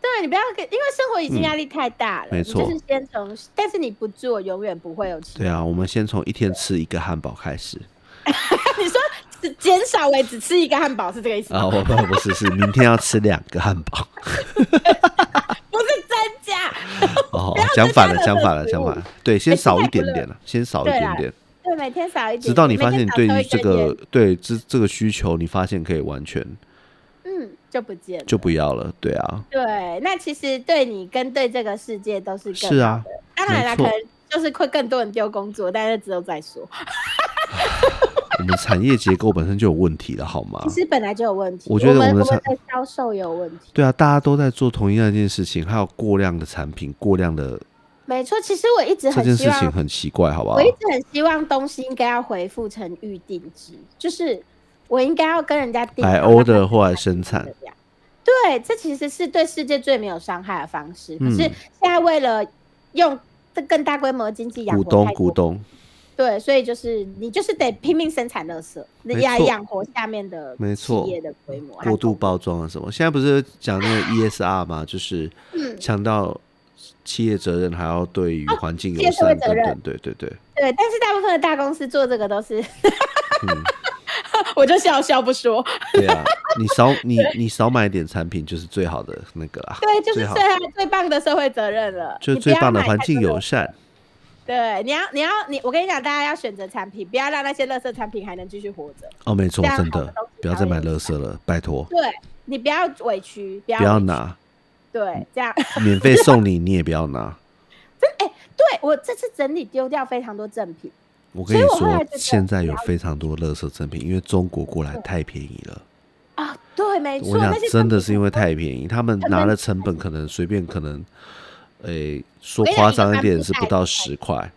Speaker 2: 对你不要给，因为生活已经压力太大了，
Speaker 1: 没错
Speaker 2: 你就是先从，但是你不做，永远不会有期
Speaker 1: 对啊，我们先从一天吃一个汉堡开始。
Speaker 2: 你说只减少为只吃一个汉堡是这个意思吗？
Speaker 1: 啊，我不 *laughs* 不是是，明天要吃两个汉堡。
Speaker 2: 不是增加。
Speaker 1: 哦
Speaker 2: 要，
Speaker 1: 讲
Speaker 2: 增
Speaker 1: 反
Speaker 2: 加
Speaker 1: 了，
Speaker 2: 垃
Speaker 1: 讲
Speaker 2: 圾
Speaker 1: 反了，
Speaker 2: 食
Speaker 1: 讲
Speaker 2: 物
Speaker 1: 反了。对，先
Speaker 2: 哎现
Speaker 1: 少
Speaker 2: 在
Speaker 1: 一
Speaker 2: 不
Speaker 1: 点
Speaker 2: 能
Speaker 1: 点了，先少一
Speaker 2: 对
Speaker 1: 点
Speaker 2: 啦
Speaker 1: 点，
Speaker 2: 对，每天少一点，
Speaker 1: 直到你发
Speaker 2: 每天
Speaker 1: 现你
Speaker 2: 少
Speaker 1: 对
Speaker 2: 抽
Speaker 1: 于
Speaker 2: 一
Speaker 1: 这
Speaker 2: 根
Speaker 1: 个
Speaker 2: 烟，
Speaker 1: 对这这个需求，你发现可以完全
Speaker 2: 嗯，就不见了。
Speaker 1: 就不要了。对啊，
Speaker 2: 对，那其实对你跟对这个世界都是更
Speaker 1: 是啊
Speaker 2: 好的。当然啦，
Speaker 1: 没
Speaker 2: 可
Speaker 1: 错
Speaker 2: 能就是会更多人丢工作，但是之后再说。
Speaker 1: 我们产业结构本身就有问题了，好吗
Speaker 2: 其？实本来就有问题，
Speaker 1: 我觉得
Speaker 2: 我
Speaker 1: 我
Speaker 2: 们
Speaker 1: 们的
Speaker 2: 们
Speaker 1: 产
Speaker 2: 的销售有问题。
Speaker 1: 对啊，大家都在做同样一件事情，还有过量的产品，过量的
Speaker 2: 没错，其实我一直
Speaker 1: 这
Speaker 2: 很
Speaker 1: 件
Speaker 2: 希
Speaker 1: 事情
Speaker 2: 望，
Speaker 1: 很奇怪，好不好
Speaker 2: 我？一直很希望东西应该要恢复成预定制，就是我应该要跟人家订
Speaker 1: 来
Speaker 2: 好那
Speaker 1: order
Speaker 2: 它
Speaker 1: 或来
Speaker 2: 是
Speaker 1: 生
Speaker 2: 怎么
Speaker 1: 产，
Speaker 2: 样。对，这其实是对世界最没有伤害的方式。可是
Speaker 1: 嗯
Speaker 2: 现在为了用这更大规模的经济养
Speaker 1: 股
Speaker 2: 活
Speaker 1: 东
Speaker 2: 太
Speaker 1: 股
Speaker 2: 多
Speaker 1: 东，
Speaker 2: 对，所以就是你就是得拼命生产垃圾，
Speaker 1: 没
Speaker 2: 你要
Speaker 1: 错
Speaker 2: 养活下面的
Speaker 1: 没
Speaker 2: 企
Speaker 1: 错
Speaker 2: 业的规模和
Speaker 1: 过度
Speaker 2: 工
Speaker 1: 包装啊什么？现在不是讲那个 ESR 嘛，就是
Speaker 2: 啊嗯啊
Speaker 1: 强调企业责任，还要对于环境
Speaker 2: 企业
Speaker 1: 友
Speaker 2: 社会
Speaker 1: 善
Speaker 2: 责
Speaker 1: 等
Speaker 2: 任
Speaker 1: 等，对对对，
Speaker 2: 对，但是大部分的大公司做这个都是，
Speaker 1: 嗯，
Speaker 2: *laughs* 我就笑笑不说，
Speaker 1: 对啊，你
Speaker 2: *laughs*
Speaker 1: 少你你少买点产品就是最好的那个啦，
Speaker 2: 对，就是
Speaker 1: 最好
Speaker 2: 最好最棒的社会责任了，
Speaker 1: 就
Speaker 2: 你
Speaker 1: 最
Speaker 2: 不要
Speaker 1: 棒的
Speaker 2: 买
Speaker 1: 环
Speaker 2: 太
Speaker 1: 境
Speaker 2: 多
Speaker 1: 友
Speaker 2: 的，
Speaker 1: 善，
Speaker 2: 对，你要你要你，我跟你讲，大家要选择产品，不要让那些垃圾产品还能继续活着，
Speaker 1: 哦，没错
Speaker 2: 这，样
Speaker 1: 真
Speaker 2: 好的
Speaker 1: 的
Speaker 2: 东西
Speaker 1: 不要
Speaker 2: 才
Speaker 1: 再
Speaker 2: 会
Speaker 1: 买
Speaker 2: 有
Speaker 1: 垃圾了，拜托，
Speaker 2: 对啊你不要委屈，不要
Speaker 1: 不要嗯
Speaker 2: 委屈
Speaker 1: 拿，
Speaker 2: 对，这样 *laughs*
Speaker 1: 免费送你你也不要拿。
Speaker 2: 对我这次整理丢掉非常多赠品， *laughs*
Speaker 1: 我
Speaker 2: 所
Speaker 1: 跟
Speaker 2: 以
Speaker 1: 你
Speaker 2: 我后
Speaker 1: 说
Speaker 2: 来就觉，得
Speaker 1: 现在有
Speaker 2: 不要嗯
Speaker 1: 非常多垃圾赠品，因为中国过来太便宜了。
Speaker 2: 啊，对，没错，
Speaker 1: 我想
Speaker 2: 那些
Speaker 1: 真
Speaker 2: 赠
Speaker 1: 的
Speaker 2: 品
Speaker 1: 是因为太便宜，他们
Speaker 2: 成
Speaker 1: 拿
Speaker 2: 本
Speaker 1: 的成本可能随便可能，诶、说
Speaker 2: 我跟你
Speaker 1: 夸
Speaker 2: 讲
Speaker 1: 张
Speaker 2: 一个
Speaker 1: 一点
Speaker 2: 单
Speaker 1: 是
Speaker 2: 价
Speaker 1: 不
Speaker 2: 也
Speaker 1: 到
Speaker 2: 不
Speaker 1: 十块，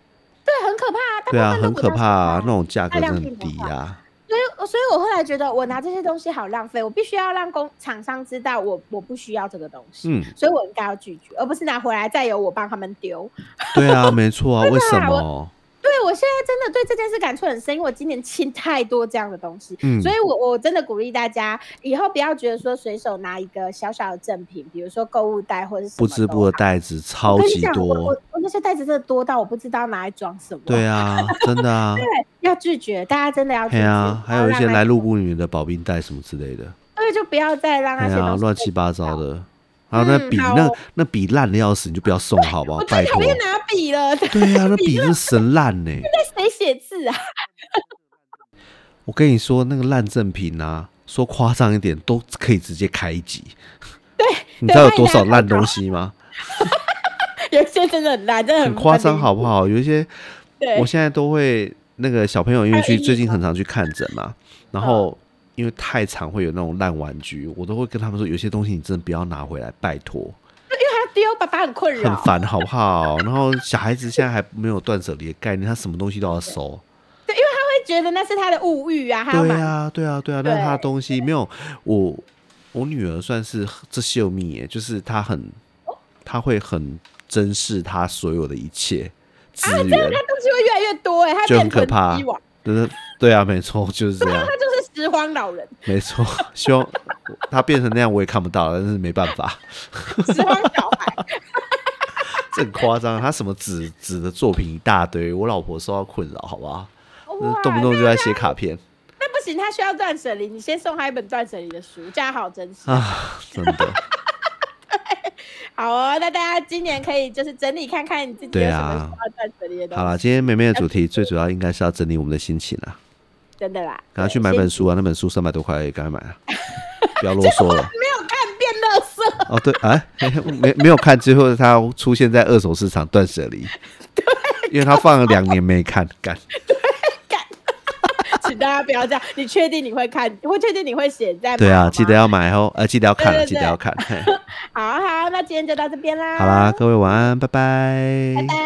Speaker 2: 对很可怕啊，大
Speaker 1: 对啊，
Speaker 2: 部分都
Speaker 1: 很
Speaker 2: 不
Speaker 1: 可
Speaker 2: 到
Speaker 1: 怕
Speaker 2: 10
Speaker 1: 啊
Speaker 2: 块，
Speaker 1: 那种价格
Speaker 2: 量
Speaker 1: 真的
Speaker 2: 并
Speaker 1: 很
Speaker 2: 不
Speaker 1: 低
Speaker 2: 高
Speaker 1: 呀、
Speaker 2: 所以，所以我后来觉得我拿这些东西好浪费，我必须要让工厂商知道我我不需要这个东西，
Speaker 1: 嗯，
Speaker 2: 所以我应该要拒绝，而不是拿回来再由我帮他们丢。
Speaker 1: 对啊，没错啊，为什
Speaker 2: 啊
Speaker 1: 么？
Speaker 2: 对我现在真的对这件事感触很深，因为我今年清太多这样的东西，
Speaker 1: 嗯
Speaker 2: 所，以我我真的鼓励大家以后不要觉得说随手拿一个小小的赠品，比如说购物袋或者是什
Speaker 1: 不
Speaker 2: 么
Speaker 1: 织
Speaker 2: 都
Speaker 1: 布的
Speaker 2: 好
Speaker 1: 袋子超
Speaker 2: 我跟你
Speaker 1: 级
Speaker 2: 讲，我我
Speaker 1: 多，
Speaker 2: 我那些袋子真的多到我不知道拿来装什么。
Speaker 1: 对啊，真的啊，
Speaker 2: 对，要拒绝，大家真的要拒
Speaker 1: 对
Speaker 2: 绝。
Speaker 1: 啊，还
Speaker 2: 不要
Speaker 1: 有一
Speaker 2: 让
Speaker 1: 些
Speaker 2: 那
Speaker 1: 来
Speaker 2: 些
Speaker 1: 路不明的保冰袋什么之类的，
Speaker 2: 对，就不要再让那
Speaker 1: 哎
Speaker 2: 些
Speaker 1: 呀，
Speaker 2: 东西
Speaker 1: 乱
Speaker 2: 被
Speaker 1: 七八糟的。然后那
Speaker 2: 嗯
Speaker 1: 笔
Speaker 2: 好
Speaker 1: 那
Speaker 2: 哦
Speaker 1: 那笔烂的要死，你就不要送好不好
Speaker 2: 我？最
Speaker 1: 拜
Speaker 2: 讨
Speaker 1: 托。
Speaker 2: 厌拿笔了， *laughs* 在
Speaker 1: 对呀、啊，那笔是神烂呢、
Speaker 2: 谁写字啊？ *laughs*
Speaker 1: 我跟你说，那个烂赠品啊，说夸张一点，都可以直接开一集。对， *laughs* 你知道有多少烂东西吗？
Speaker 2: 有一些真的很烂，真的
Speaker 1: 很嗯夸张，
Speaker 2: 离谱
Speaker 1: 好不？好？有一些，
Speaker 2: 对，
Speaker 1: 我现在都会那个小朋友，因为
Speaker 2: 还有
Speaker 1: 去
Speaker 2: 阴影
Speaker 1: 最近很常去看诊嘛，然后因为太常会有那种烂玩具，我都会跟他们说，有些东西你真的不要拿回来，拜托，
Speaker 2: 他丢爸爸很困
Speaker 1: 很
Speaker 2: 扰，
Speaker 1: 烦，好不好？然后小孩子现在还没有断舍离的概念，他什么东西都要收。
Speaker 2: 会觉得那是他的物欲啊，他要
Speaker 1: 对
Speaker 2: 买。
Speaker 1: 啊，对啊，对啊，那
Speaker 2: 对
Speaker 1: 是他的东西没有我，我女儿算是这秀蜜耶，就是她很，她会很珍视她所有的一切资源，
Speaker 2: 他东西会越来越多哎、他
Speaker 1: 就
Speaker 2: 变
Speaker 1: 很可
Speaker 2: 成
Speaker 1: 怕啊
Speaker 2: 鸡王，
Speaker 1: 就是对啊，没错，就是这样， *laughs*
Speaker 2: 他就是拾荒老人， *laughs*
Speaker 1: 没错。希望她变成那样，我也看不到，但是没办
Speaker 2: *laughs*
Speaker 1: 法，
Speaker 2: 拾荒小
Speaker 1: *laughs*
Speaker 2: 孩。
Speaker 1: 这很夸张。她什么纸纸的作品一大堆，我老婆受到困扰，好不好？那
Speaker 2: 哇，
Speaker 1: 动不动就在写卡片
Speaker 2: 那不行，他需要断舍离。
Speaker 1: 啊
Speaker 2: 你先送他一本断舍离的书，这样好珍惜。
Speaker 1: 啊，真的。
Speaker 2: 好哦，那大家今年可以就是整理看看你自己有
Speaker 1: 对
Speaker 2: 什
Speaker 1: 啊
Speaker 2: 么需要再整理的东西。
Speaker 1: 好啦，今天妹妹的主题最主要应该是要整理我们的心情啦，
Speaker 2: 真的啦，
Speaker 1: 赶快去买
Speaker 2: 对
Speaker 1: 本
Speaker 2: 先
Speaker 1: 书啊，那本书三百多块而已，赶快
Speaker 2: *laughs*
Speaker 1: 买啊，不要啰嗦了。
Speaker 2: 没有看变乐色，
Speaker 1: 哦，对，哎， *laughs* 没没有看，最后它出现在二手市场断舍
Speaker 2: *laughs*
Speaker 1: 离，因为它放了两年没看，干
Speaker 2: 请大家不要这样。你确定你会看？我确定你会写在
Speaker 1: 对
Speaker 2: 吗
Speaker 1: 啊，记得。要买哦，呃，记得要看啊，
Speaker 2: 对对
Speaker 1: 记得要看。嘿
Speaker 2: 好好，那今天就到这边啦。
Speaker 1: 好啦，，各位晚安，拜拜
Speaker 2: 拜拜。